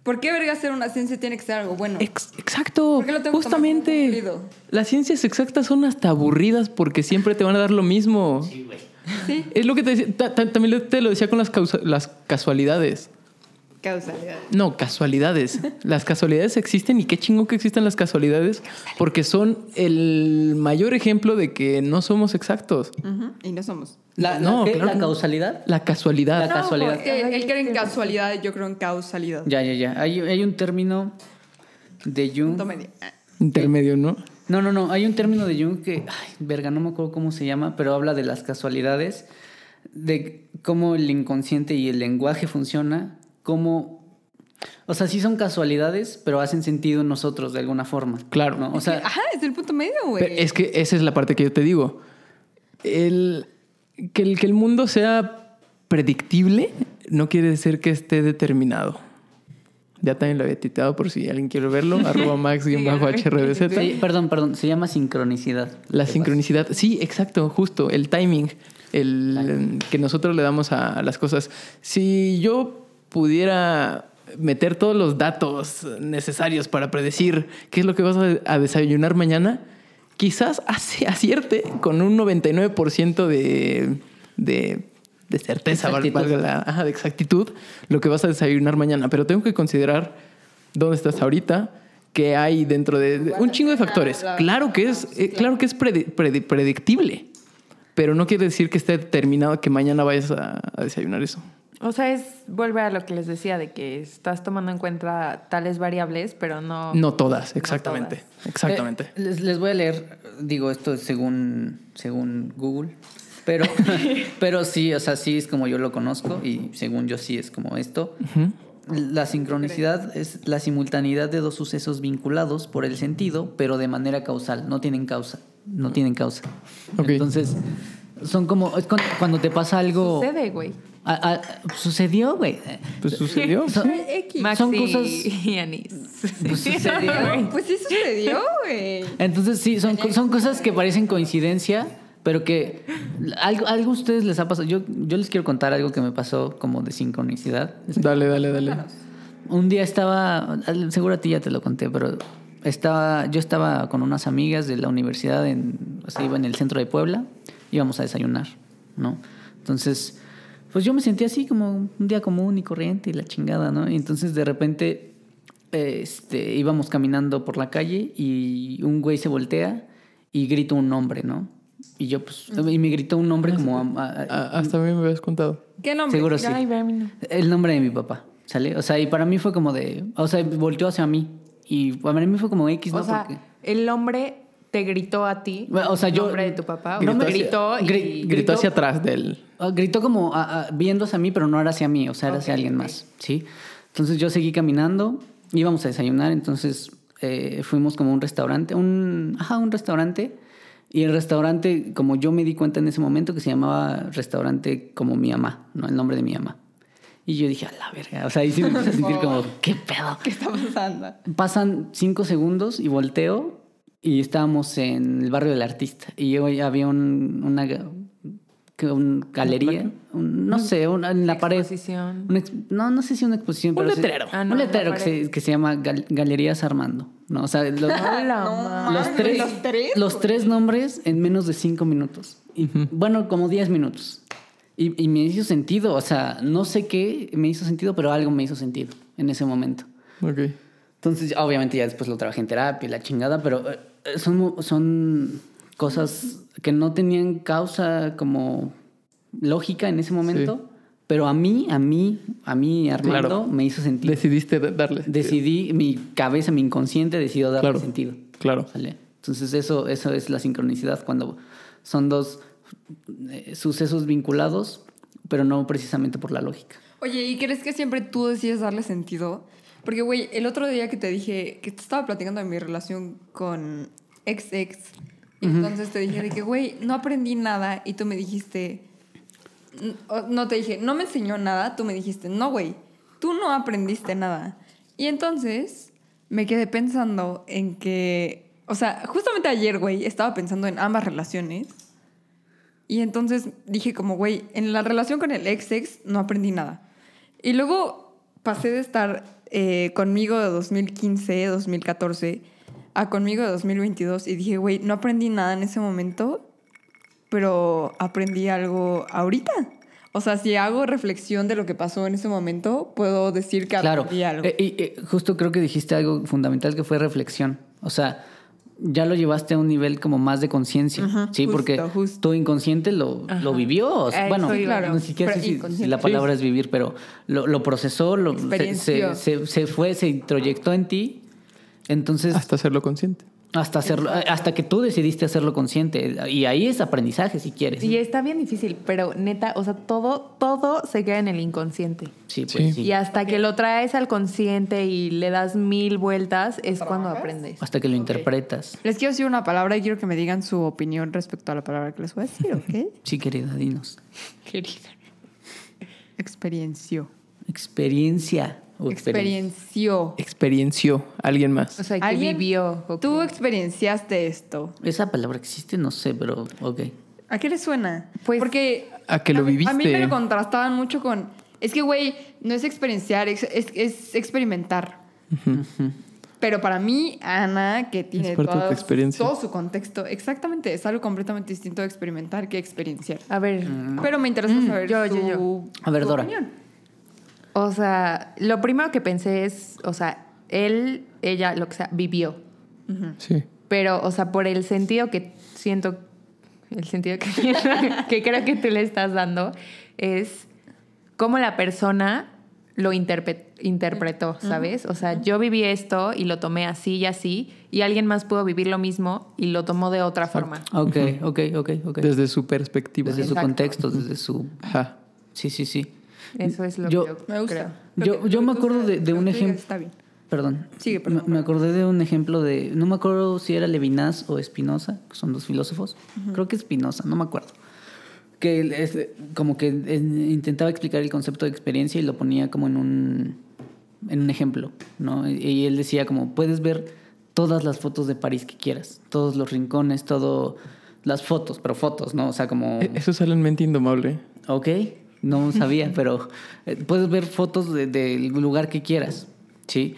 Speaker 2: ¿por qué verga ser una ciencia tiene que ser algo bueno?
Speaker 1: Ex- exacto.
Speaker 2: ¿Por qué lo tengo que
Speaker 1: Justamente.
Speaker 2: tomar como aburrido?
Speaker 1: Las ciencias exactas son hasta aburridas porque siempre te van a dar lo mismo.
Speaker 2: Sí,
Speaker 1: Es lo que te decía- ta- ta- también te lo decía con las, causa- las casualidades.
Speaker 2: causalidad.
Speaker 1: No, casualidades. Las casualidades existen y qué chingón que existen las casualidades porque son el mayor ejemplo de que no somos exactos.
Speaker 2: Ujú, Y no somos.
Speaker 4: La, la-
Speaker 1: No,
Speaker 4: ¿qué?
Speaker 1: claro
Speaker 4: ¿La
Speaker 1: que no.
Speaker 4: causalidad.
Speaker 1: La casualidad.
Speaker 4: La casualidad.
Speaker 2: Es que él cree en casualidad, yo creo en causalidad.
Speaker 4: Ya, ya, ya. Hay, hay un término de Jung.
Speaker 2: Punto medio.
Speaker 1: Intermedio, ¿no?
Speaker 4: No, no, no. Hay un término de Jung que, ay, verga, no me acuerdo cómo se llama, pero habla de las casualidades, de cómo el inconsciente y el lenguaje funciona, cómo. O sea, sí son casualidades, pero hacen sentido en nosotros de alguna forma.
Speaker 1: Claro.
Speaker 4: ¿no? O
Speaker 2: *laughs*
Speaker 4: sea,
Speaker 2: Ajá, Ah, es el punto medio, güey.
Speaker 1: Pero es que esa es la parte que yo te digo. El, que, el, que el mundo sea predictible no quiere decir que esté determinado. Ya también lo había titeado por si alguien quiere verlo. arroba
Speaker 4: sí,
Speaker 1: max-hrdz.
Speaker 4: perdón, perdón. Se llama sincronicidad.
Speaker 1: La
Speaker 4: Sepas.
Speaker 1: sincronicidad. Sí, exacto, justo. El timing. El em, que nosotros le damos a las cosas. Si yo pudiera meter todos los datos necesarios para predecir qué es lo que vas a, a desayunar mañana, quizás *laughs* aci- acierte con un 99% de, de, de certeza, val-
Speaker 4: Exactitud.
Speaker 1: valga la- ajá, de exactitud, lo que vas a desayunar mañana. Pero tengo que considerar dónde estás ahorita, qué hay dentro de, de- un chingo de factores.
Speaker 2: la-
Speaker 1: Claro que es, eh, claro que es predi- predi- predictible, pero no quiere decir que esté determinado que mañana vayas a, a desayunar eso.
Speaker 3: O sea, es volver a lo que les decía de que estás tomando en cuenta tales variables, pero no.
Speaker 1: No todas, exactamente, exactamente.
Speaker 4: Eh, les, les voy a leer, digo, esto es según, según Google, pero, pero sí, o sea, sí es como yo lo conozco y según yo sí es como esto.
Speaker 1: Ujú.
Speaker 4: La sincronicidad es la simultaneidad de dos sucesos vinculados por el sentido, pero de manera causal, no tienen causa, no tienen causa.
Speaker 1: Ok.
Speaker 4: Entonces, son como, es cuando, cuando te pasa algo...
Speaker 3: Sucede, güey.
Speaker 4: a- a- sucedió, güey.
Speaker 1: Pues sucedió.
Speaker 4: Son-
Speaker 2: X.
Speaker 3: Maxi
Speaker 4: Son cosas-
Speaker 3: y Anís.
Speaker 4: *laughs* Pues
Speaker 3: *laughs*
Speaker 4: sucedió, güey.
Speaker 2: Pues sí sucedió, güey.
Speaker 4: Entonces sí, son, co- son cosas que parecen coincidencia, pero que algo, algo a ustedes les ha pasado. Yo, yo les quiero contar algo que me pasó como de sincronicidad.
Speaker 1: Dale, dale, dale.
Speaker 4: Un día estaba, al- seguro a ti ya te lo conté, pero estaba, yo estaba con unas amigas de la universidad, en, o sea, iba en el centro de Puebla, íbamos a desayunar, ¿no? Entonces, pues yo me sentí así como un día común y corriente y la chingada, ¿no? Y entonces de repente este, íbamos caminando por la calle y un güey se voltea y grita un nombre, ¿no? Y yo, pues, y me gritó un nombre como... a- a- a-
Speaker 1: A- Ah, hasta a mí me habías contado.
Speaker 2: ¿Qué nombre?
Speaker 4: seguro sí.
Speaker 3: Ay, Birmingham.
Speaker 4: El nombre de mi papá, ¿sale? O sea, y para mí fue como de... O sea, volteó hacia mí. Y para mí fue como X, ¿no?
Speaker 3: O sea,
Speaker 4: Porque-
Speaker 3: el hombre te gritó a ti.
Speaker 4: Bueno, o sea,
Speaker 3: el
Speaker 4: yo-
Speaker 3: nombre de tu papá.
Speaker 1: Gritó
Speaker 3: no me
Speaker 1: hacia-
Speaker 3: gritó y
Speaker 4: gri-
Speaker 1: Gritó, hacia atrás del...
Speaker 4: Ah, Gritó como a- a- viendo hacia mí, pero no era hacia mí, o sea, era hacia
Speaker 3: Ok,
Speaker 4: alguien
Speaker 3: ok.
Speaker 4: más, ¿sí? Entonces yo seguí caminando, íbamos a desayunar, entonces eh, fuimos como a un restaurante, un, ajá, un restaurante, y el restaurante, como yo me di cuenta en ese momento, que se llamaba restaurante como mi mamá, ¿no? El nombre de mi mamá. Y yo dije, a la verga, o sea, ahí sí me empecé a
Speaker 3: *laughs*
Speaker 4: sentir como, ¿qué pedo?
Speaker 2: ¿Qué está pasando?
Speaker 4: Pasan cinco segundos y volteo y estábamos en el barrio del artista y yo- había un- una, ga- que un galería, un- no sé, una- en la pared.
Speaker 3: Exposición.
Speaker 4: Una ex- no, no sé si una exposición. pero sí-
Speaker 1: letrero.
Speaker 3: Ah,
Speaker 4: un
Speaker 3: no, en la
Speaker 4: letrero que se, que se llama Gal- Galerías Armando. ¿no? O sea, los,
Speaker 3: Hola,
Speaker 2: No
Speaker 3: ma.
Speaker 2: mames,
Speaker 4: los tres,
Speaker 2: los tres,
Speaker 4: los tres nombres en menos de cinco minutos. Y, Bueno, como diez minutos. Y, y me hizo sentido, o sea, no sé qué me hizo sentido, pero algo me hizo sentido en ese momento.
Speaker 1: Ok.
Speaker 4: Entonces, ya- obviamente ya después lo trabajé en terapia y la chingada, pero eh, eh, son, mo- son cosas que no tenían causa como lógica en ese momento, pero a mí, a mí, a mí Armando
Speaker 1: Claro.
Speaker 4: me hizo sentido.
Speaker 1: Decidiste da- darle. sentido.
Speaker 4: Decidí, mi cabeza, mi inconsciente decidió darle
Speaker 1: Claro.
Speaker 4: sentido.
Speaker 1: Claro.
Speaker 4: ¿sale? Entonces eso, eso es la sincronicidad, cuando son dos eh, sucesos vinculados, pero no precisamente por la lógica.
Speaker 2: Oye, ¿y crees que siempre tú decides darle sentido? Porque, güey, el otro día que te dije que te estaba platicando de mi relación con ex ex, y entonces te dije de que, güey, no aprendí nada y tú me dijiste, n- o- no te dije, no me enseñó nada, tú me dijiste, no, güey, tú no aprendiste nada. Y entonces me quedé pensando en que, o sea, justamente ayer, güey, estaba pensando en ambas relaciones. Y entonces dije como, güey, en la relación con el ex ex no aprendí nada. Y luego pasé de estar eh, conmigo de 2015, 2014, a conmigo de 2022 y dije, güey, no aprendí nada en ese momento, pero aprendí algo ahorita. O sea, si hago reflexión de lo que pasó en ese momento, puedo decir que
Speaker 4: Claro.
Speaker 2: aprendí algo.
Speaker 4: Eh, y, eh, justo creo que dijiste algo fundamental que fue reflexión. O sea, ya lo llevaste a un nivel como más de conciencia.
Speaker 2: Ajá,
Speaker 4: sí,
Speaker 2: justo,
Speaker 4: porque
Speaker 2: justo.
Speaker 4: tu inconsciente lo, lo vivió. O sea,
Speaker 3: A
Speaker 4: bueno,
Speaker 3: eso iba.
Speaker 2: Claro,
Speaker 4: ni siquiera sé
Speaker 2: pero
Speaker 4: si- si,
Speaker 2: inconsciente.
Speaker 4: la palabra es vivir, pero lo, lo procesó, lo, se, se,
Speaker 2: Experienció.
Speaker 4: se- se fue, se introyectó en ti. Entonces,
Speaker 1: Hasta hacerlo consciente.
Speaker 4: hasta, hacerlo, hasta que tú decidiste hacerlo consciente. Y ahí es aprendizaje, si quieres. ¿eh?
Speaker 3: Y está bien difícil, pero neta, o sea, todo, todo se queda en el inconsciente.
Speaker 4: Sí, pues
Speaker 1: Sí.
Speaker 4: sí.
Speaker 3: Y hasta que lo traes al consciente y le das mil vueltas, es cuando aprendes.
Speaker 4: Hasta que lo interpretas.
Speaker 2: Les quiero decir una palabra y quiero que me digan su opinión respecto a la palabra que les voy a decir, ¿ok?
Speaker 4: *laughs* Sí, querida, dinos.
Speaker 2: Experienció.
Speaker 4: Experiencia. o experiencia.
Speaker 2: Experienció.
Speaker 1: Experienció alguien más.
Speaker 3: O sea, que
Speaker 2: ¿Alguien-
Speaker 3: vivió. ok.
Speaker 2: Tú experienciaste esto.
Speaker 4: Esa palabra existe, no sé, pero ok.
Speaker 2: ¿A qué le suena?
Speaker 3: Pues-
Speaker 2: Porque
Speaker 1: A que lo
Speaker 2: mí- A mí me
Speaker 1: viviste.
Speaker 2: lo contrastaban mucho con. Es que, güey, no es experienciar, es, es- es experimentar. Pero para mí, Ana, que tiene
Speaker 1: Es parte de tu
Speaker 2: todas-
Speaker 1: experiencia.
Speaker 2: todo su contexto, exactamente, es algo completamente distinto de experimentar que experienciar.
Speaker 3: A ver,
Speaker 4: Mm.
Speaker 2: Pero me interesa saber
Speaker 3: Mm, yo, yo,
Speaker 2: su-
Speaker 3: yo.
Speaker 4: A ver,
Speaker 2: su
Speaker 4: Dora.
Speaker 2: opinión.
Speaker 3: o sea, lo primero que pensé es, o sea, él, ella, lo que sea, vivió.
Speaker 1: Sí.
Speaker 3: Pero, o sea, por el sentido que siento, el sentido que, *laughs* que creo que tú le estás dando, es cómo la persona lo interpe- interpretó, ¿sabes? O sea, yo viví esto y lo tomé así y así, y alguien más pudo vivir lo mismo y lo tomó de otra forma.
Speaker 4: Ok, ok, ok, ok. Desde,
Speaker 1: Desde su perspectiva.
Speaker 4: su
Speaker 3: Exacto.
Speaker 4: contexto, desde su...
Speaker 1: Ajá.
Speaker 4: Sí, sí, sí.
Speaker 3: Eso es lo
Speaker 4: Yo-
Speaker 3: que yo
Speaker 2: Me gusta.
Speaker 3: creo.
Speaker 2: Lo
Speaker 4: Yo-
Speaker 2: que-
Speaker 4: yo
Speaker 2: lo
Speaker 4: me
Speaker 2: que
Speaker 4: acuerdo
Speaker 2: ustedes-
Speaker 4: de- de
Speaker 2: lo
Speaker 4: un
Speaker 2: que digas
Speaker 4: ejem-
Speaker 2: Está bien.
Speaker 4: Perdón.
Speaker 2: Sigue, perdón,
Speaker 4: Me- Me, acordé de un ejemplo de... No me acuerdo si era Levinas o Spinoza, que son dos filósofos. Creo que Spinoza, no me acuerdo. Que él es, como que eh, intentaba explicar el concepto de experiencia y lo ponía como en un, en un ejemplo, ¿no? Y- Y él decía como, puedes ver todas las fotos de París que quieras, todos los rincones, todo... Las fotos, pero fotos, ¿no? O sea, como...
Speaker 1: E- Eso sale en mente indomable.
Speaker 4: Ok, no sabía,
Speaker 2: *laughs*
Speaker 4: pero eh, puedes ver fotos de- del lugar que quieras, ¿sí?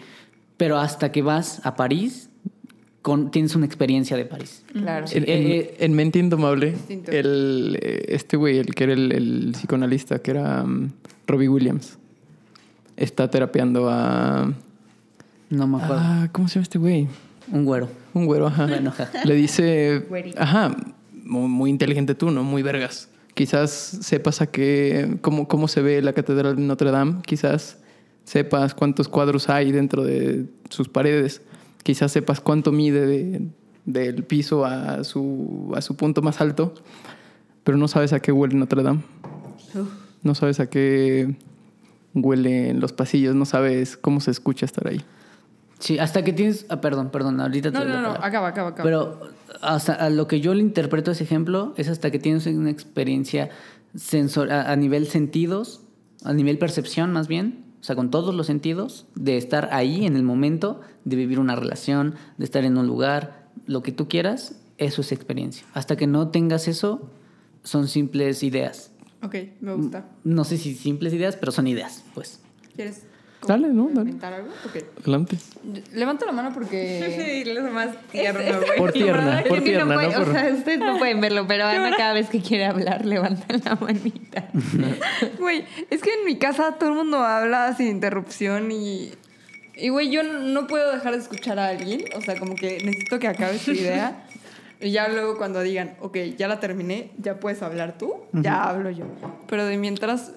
Speaker 4: Pero hasta que vas a París, con- tienes una experiencia de París.
Speaker 3: Claro.
Speaker 1: En, en-
Speaker 4: eh,
Speaker 1: en Mente Indomable,
Speaker 2: Distinto.
Speaker 1: el, eh, este güey, el que era el, el psicoanalista, que era mm, Robbie Williams, está terapeando a.
Speaker 4: No me acuerdo.
Speaker 2: Ah.
Speaker 1: Ah, ¿Cómo se llama este güey?
Speaker 4: Un güero.
Speaker 1: Un güero, ajá.
Speaker 4: Bueno, ajá.
Speaker 1: Le dice.
Speaker 3: Güerito.
Speaker 1: Ajá. mu- muy inteligente tú, ¿no? Muy vergas. Quizás sepas a qué, cómo, cómo se ve la Catedral de Notre Dame, quizás sepas cuántos cuadros hay dentro de sus paredes, quizás sepas cuánto mide de- del piso a su, a su punto más alto, pero no sabes a qué huele Notre Dame. No sabes a qué huelen los pasillos, no sabes cómo se escucha estar ahí.
Speaker 4: Sí, hasta que tienes. Ah, perdón, perdón, ahorita te
Speaker 2: No,
Speaker 4: doy la
Speaker 2: no, no,
Speaker 4: palabra.
Speaker 2: acaba, acaba, acaba.
Speaker 4: Pero hasta a lo que yo le interpreto a ese ejemplo es hasta que tienes una experiencia sensor a, a nivel sentidos, a nivel percepción más bien, o sea, con todos los sentidos, de estar ahí en el momento, de vivir una relación, de estar en un lugar, lo que tú quieras, eso es experiencia. Hasta que no tengas eso, son simples ideas.
Speaker 2: ok,
Speaker 4: mm.
Speaker 2: me gusta.
Speaker 4: No sé si simples ideas, pero son ideas, pues.
Speaker 2: ¿Quieres
Speaker 1: Dale, no, dale.
Speaker 2: comentar algo? Ok.
Speaker 1: Adelante.
Speaker 2: Levanto la mano porque...
Speaker 3: Sí, lo más tierno, güey.
Speaker 1: Por tierna, por
Speaker 3: Es que no
Speaker 1: tierna,
Speaker 3: puede-
Speaker 1: ¿no? Por-
Speaker 3: O sea, ustedes no pueden verlo, pero Ana cada vez que quiere hablar levanta la manita.
Speaker 2: Güey, es que en mi casa todo el mundo habla sin interrupción y... Y, güey, yo no puedo dejar de escuchar a alguien. O sea, como que necesito que acabe su idea. Y ya luego cuando digan, ok, ya la terminé, ya puedes hablar tú, ya hablo yo. Pero de mientras,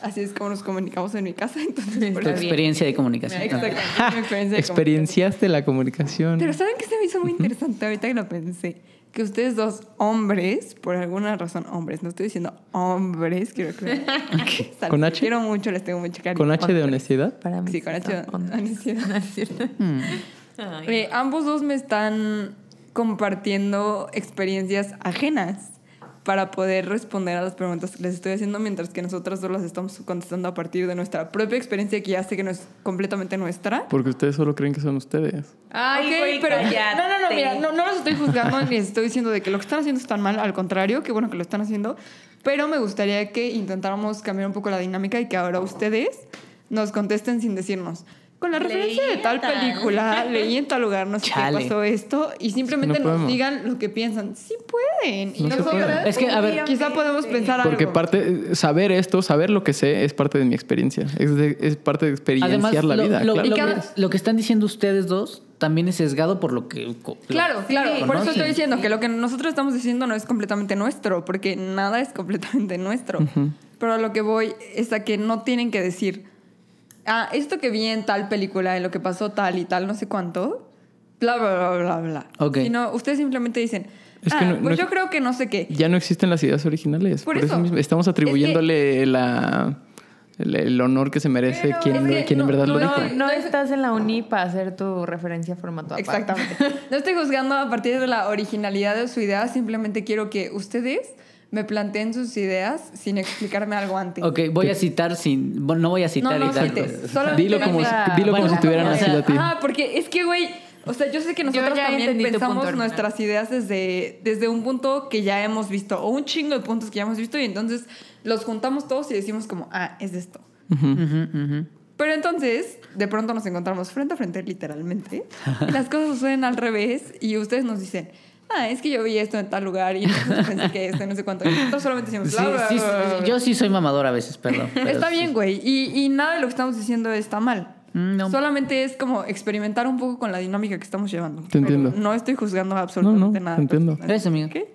Speaker 2: así es como nos comunicamos en mi casa. *laughs* Entonces, por
Speaker 4: Tu
Speaker 2: eso-
Speaker 3: bien.
Speaker 4: experiencia de comunicación.
Speaker 2: Exacto, mi experiencia de
Speaker 1: Experienciaste la comunicación.
Speaker 2: Pero ¿saben qué se me hizo muy interesante ahorita que lo pensé? Que ustedes dos hombres, por alguna razón hombres, no estoy diciendo hombres, quiero
Speaker 1: *laughs*
Speaker 2: *laughs* creer. O sea,
Speaker 1: ¿Con
Speaker 2: los
Speaker 1: H?
Speaker 2: quiero mucho, les tengo mucho cariño.
Speaker 1: Con H de honestidad.
Speaker 3: Para mí
Speaker 2: Ah, Sí, con H de
Speaker 3: está onda.
Speaker 2: *laughs* honestidad.
Speaker 4: Mm.
Speaker 3: Ay,
Speaker 2: Eh, ambos dos me están compartiendo experiencias ajenas para poder responder a las preguntas que les estoy haciendo, mientras que nosotras dos las estamos contestando a partir de nuestra propia experiencia, que ya sé que no es completamente nuestra.
Speaker 1: Porque ustedes solo creen que son ustedes.
Speaker 3: Ay,
Speaker 2: Ok,
Speaker 3: güey,
Speaker 2: pero-
Speaker 3: cállate.
Speaker 2: No, no, no, mira, no, no los estoy juzgando ni les estoy diciendo de que lo que están haciendo es tan mal, al contrario, qué bueno que lo están haciendo, pero me gustaría que intentáramos cambiar un poco la dinámica y que ahora ustedes nos contesten sin decirnos. Con la
Speaker 3: Leí
Speaker 2: referencia de tal
Speaker 3: en tal".
Speaker 2: película, leí en tal lugar, no sé
Speaker 4: Chale.
Speaker 2: qué pasó esto, y simplemente
Speaker 1: no
Speaker 2: nos
Speaker 1: podemos.
Speaker 2: digan lo que piensan. Sí pueden. Y
Speaker 1: No se
Speaker 2: nosotras
Speaker 1: puede.
Speaker 4: Es que, a ver-
Speaker 2: quizá podemos pensar
Speaker 1: Porque
Speaker 2: algo.
Speaker 1: parte, saber esto, saber lo que sé, es parte de mi experiencia. Es, de- es parte de experienciar la
Speaker 4: lo,
Speaker 1: vida.
Speaker 4: lo-
Speaker 1: claro.
Speaker 4: lo
Speaker 2: Y cada-
Speaker 4: que, lo que están diciendo ustedes dos también es sesgado por lo que. co- lo-
Speaker 2: Claro, claro. Por eso
Speaker 4: conocen.
Speaker 2: estoy diciendo que lo que nosotros estamos diciendo no es completamente nuestro, porque nada es completamente nuestro. Pero a lo que voy es a que no tienen que decir, ah, esto que vi en tal película, en lo que pasó tal y tal, no sé cuánto, bla, bla, bla, bla, bla.
Speaker 4: Ok.
Speaker 2: Sino ustedes simplemente dicen,
Speaker 1: Es
Speaker 2: ah,
Speaker 1: que no-
Speaker 2: pues
Speaker 1: no-
Speaker 2: yo creo que no sé qué.
Speaker 1: Ya no existen las ideas originales.
Speaker 2: Por
Speaker 1: Por, eso.
Speaker 2: eso.
Speaker 1: mismo estamos
Speaker 2: Es que-
Speaker 1: atribuyéndole la, el, el honor que se merece
Speaker 2: Pero
Speaker 1: quien,
Speaker 2: es que
Speaker 1: quien en
Speaker 2: no-
Speaker 1: verdad lo
Speaker 2: no-
Speaker 1: dijo.
Speaker 3: No, no estás en la uni para hacer tu referencia formato aparte.
Speaker 2: Exactamente. No estoy juzgando a partir de la originalidad de su idea, simplemente quiero que ustedes me planteen sus ideas sin explicarme algo antes.
Speaker 4: Ok, voy a citar sin. bueno, No voy a citar
Speaker 2: no, no
Speaker 4: exacto. *laughs*
Speaker 2: cites. Solo
Speaker 1: Dilo como, si,
Speaker 2: díganme-
Speaker 1: dilo como
Speaker 4: Bueno,
Speaker 1: si tuvieran
Speaker 4: o
Speaker 1: nacido
Speaker 4: sea,
Speaker 1: a ti.
Speaker 2: Ah, porque es que, güey, o sea, yo sé que nosotros
Speaker 3: ya
Speaker 2: también
Speaker 3: entendí tu
Speaker 2: pensamos
Speaker 3: punto, hermana.
Speaker 2: nuestras ideas desde, desde un punto que ya hemos visto, o un chingo de puntos que ya hemos visto, y entonces los juntamos todos y decimos como, ah, es esto.
Speaker 4: Ujú, ujú.
Speaker 2: Pero entonces, de pronto nos encontramos frente a frente, literalmente, y las cosas suceden al revés, y ustedes nos dicen... Ah, es que yo vi esto en tal lugar y entonces pensé que esto, y no sé cuánto. Y nosotros solamente decimos,
Speaker 4: Sí,
Speaker 2: bla, bla,
Speaker 4: sí,
Speaker 2: bla, bla, bla.
Speaker 4: yo sí soy mamador a veces,
Speaker 2: *laughs*
Speaker 4: perdón. pero
Speaker 2: Está
Speaker 4: sí.
Speaker 2: bien, güey. Y, y nada de lo que estamos diciendo está mal.
Speaker 4: Mm, no.
Speaker 2: Solamente es como experimentar un poco con la dinámica que estamos llevando.
Speaker 1: Te entiendo.
Speaker 2: Pero no estoy juzgando
Speaker 1: No, no,
Speaker 2: absolutamente
Speaker 1: te
Speaker 2: nada.
Speaker 1: entiendo.
Speaker 4: Gracias, amigo.
Speaker 2: ¿Qué?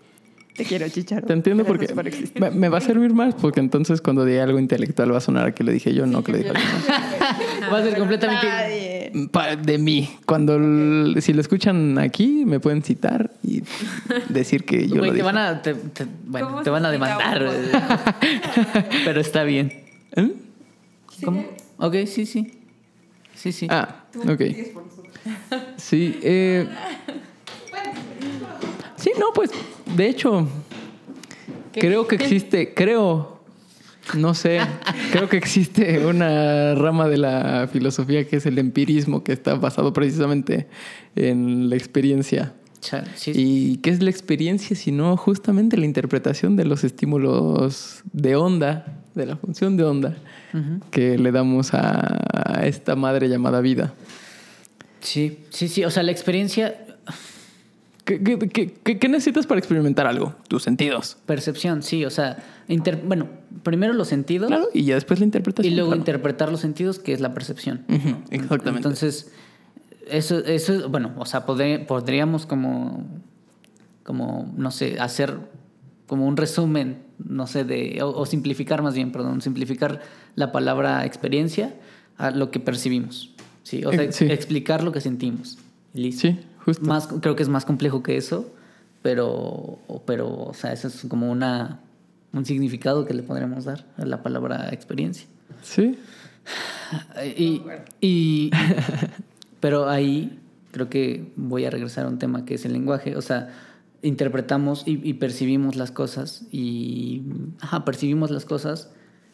Speaker 2: Te quiero, chicharo.
Speaker 1: Te entiendo
Speaker 2: Gracias
Speaker 1: porque
Speaker 2: por existir.
Speaker 1: me, me va a servir más porque entonces cuando diga algo intelectual va a sonar a que lo dije yo, no que lo dijo alguien más.
Speaker 4: Va a ser completamente.
Speaker 2: Nadie.
Speaker 1: Pa- de mí. Cuando l- si lo escuchan aquí, me pueden citar y decir que
Speaker 4: Güey,
Speaker 1: yo lo
Speaker 4: te
Speaker 1: dije.
Speaker 4: van a. te- te- bueno,
Speaker 3: ¿Cómo
Speaker 4: te van a
Speaker 3: se explica
Speaker 4: demandar. güey. *laughs* pero está bien.
Speaker 1: ¿Eh?
Speaker 4: ¿Cómo? Ok, sí, sí. Sí, sí.
Speaker 1: Ah, ok. Sí, eh, sí, no, pues, de hecho, creo que existe, creo,
Speaker 4: *laughs*
Speaker 1: no sé, creo que existe una rama de la filosofía que es el empirismo, que está basado precisamente en la experiencia.
Speaker 4: Chale, sí.
Speaker 1: ¿Y qué es la experiencia sino justamente la interpretación de los estímulos de onda, de la función de onda que le damos a esta madre llamada vida?
Speaker 4: sí, sí, sí. O sea, la experiencia.
Speaker 1: ¿Qué, qué- qué- qué- qué necesitas para experimentar algo? Tus sentidos.
Speaker 4: Percepción, sí, o sea, inter- bueno, primero los sentidos
Speaker 1: Claro, y ya después la
Speaker 4: y
Speaker 1: interpretación.
Speaker 4: luego
Speaker 1: claro.
Speaker 4: interpretar los sentidos, que es la percepción.
Speaker 1: Ujú, exactamente.
Speaker 4: Entonces, eso, eso es, bueno, o sea, podri- podríamos como como, no sé, hacer como un resumen, no sé, de, o, o simplificar más bien, perdón, simplificar la palabra experiencia a lo que percibimos. Sí, o sea,
Speaker 1: Eh, sí.
Speaker 4: explicar lo que sentimos. y Listo.
Speaker 1: Sí, justo.
Speaker 4: Más, creo que es más complejo que eso, pero, pero o sea, eso es como una, un significado que le podríamos dar a la palabra experiencia.
Speaker 1: Sí.
Speaker 4: Y, y- pero ahí creo que voy a regresar a un tema que es el lenguaje. O sea, interpretamos y, y percibimos las cosas y ajá, percibimos las cosas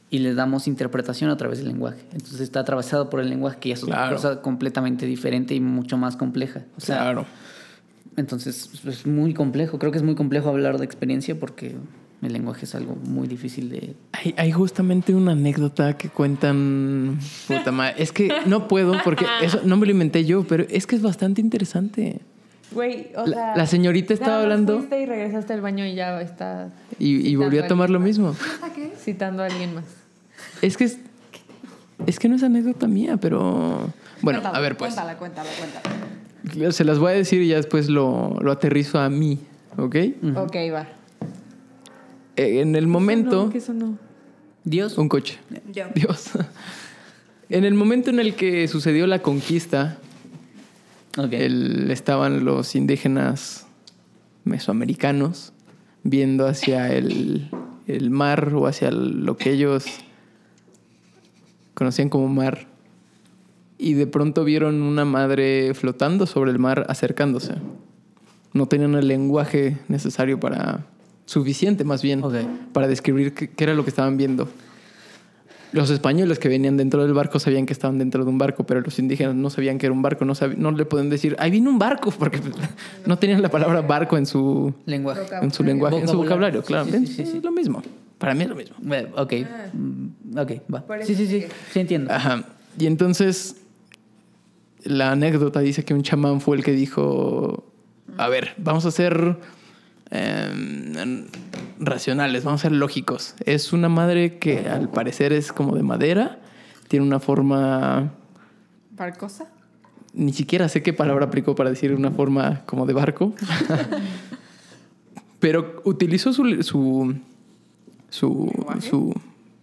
Speaker 4: y le damos interpretación a través del lenguaje. Entonces está atravesado por el lenguaje que ya es otra
Speaker 1: Claro.
Speaker 4: cosa completamente diferente y mucho más compleja. O sea,
Speaker 1: claro.
Speaker 4: entonces es muy complejo. Creo que es muy complejo hablar de experiencia porque el lenguaje es algo muy difícil de...
Speaker 1: Hay, hay justamente una anécdota que cuentan. Puta madre. Es que no puedo porque eso no me lo inventé yo, pero es que es bastante interesante.
Speaker 3: Güey, o
Speaker 1: La-
Speaker 3: sea,
Speaker 1: la señorita estaba
Speaker 3: nada más
Speaker 1: hablando-
Speaker 3: fuiste y regresaste al baño y ya está
Speaker 1: Y, y volví a tomar lo mismo.
Speaker 3: citando a alguien más.
Speaker 1: Es que es, es que no es anécdota mía, pero bueno,
Speaker 2: Cuéntala,
Speaker 1: a ver pues.
Speaker 2: Cuéntala, cuéntala, cuéntala.
Speaker 1: Se las voy a decir y ya después lo, lo aterrizo a mí, ¿ok?
Speaker 3: Ok, va.
Speaker 1: Eh, En el momento,
Speaker 3: No, que eso no.
Speaker 4: Dios.
Speaker 1: un coche. *laughs*
Speaker 2: Yo.
Speaker 1: Dios. En el momento en el que sucedió la conquista,
Speaker 4: Ok.
Speaker 1: el- estaban los indígenas mesoamericanos viendo hacia el, el mar o hacia el- lo que ellos conocían como mar. Y de pronto vieron una madre flotando sobre el mar acercándose. No tenían el lenguaje necesario para... suficiente más bien
Speaker 4: Ok.
Speaker 1: para describir qué, qué era lo que estaban viendo. Los españoles que venían dentro del barco sabían que estaban dentro de un barco, pero los indígenas no sabían que era un barco, no, sabi- no le podían decir, ahí vino un barco, *laughs* porque no tenían la palabra barco en su,
Speaker 4: Lenguaje.
Speaker 1: en su lenguaje, en su
Speaker 4: Vocabulario.
Speaker 1: vocabulario, claro.
Speaker 4: Sí, sí, sí, sí.
Speaker 1: Es lo mismo, para mí es lo mismo.
Speaker 4: Eh, Ok. Mm, Ok,
Speaker 2: Ah. Por
Speaker 4: va.
Speaker 2: eso
Speaker 4: Sí, sí, sí.
Speaker 2: llegué.
Speaker 4: Sí, entiendo.
Speaker 1: Ajá. Y entonces, la anécdota dice que un chamán fue el que dijo, a ver, vamos a ser eh, racionales, vamos a ser lógicos. Es una madre que al parecer es como de madera, tiene una forma,
Speaker 2: ¿Barcosa?
Speaker 1: ni siquiera sé qué palabra aplicó para decir una forma como de barco, pero utilizó su... su su, su,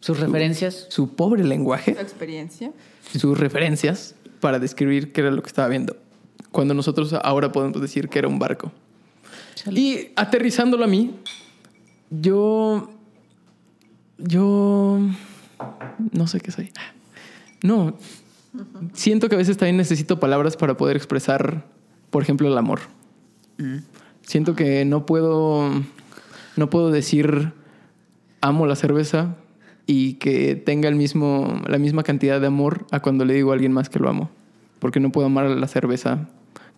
Speaker 4: Sus referencias.
Speaker 1: su pobre lenguaje
Speaker 2: Experiencia.
Speaker 1: sus referencias para describir qué era lo que estaba viendo. Cuando nosotros ahora podemos decir que era un barco. Y aterrizándolo a mí, yo. Yo. No sé qué soy. No. Siento que a veces también necesito palabras para poder expresar, por ejemplo, el amor. Siento que no puedo. No puedo decir amo la cerveza y que tenga el mismo, la misma cantidad de amor a cuando le digo a alguien más que lo amo. Porque no puedo amar la cerveza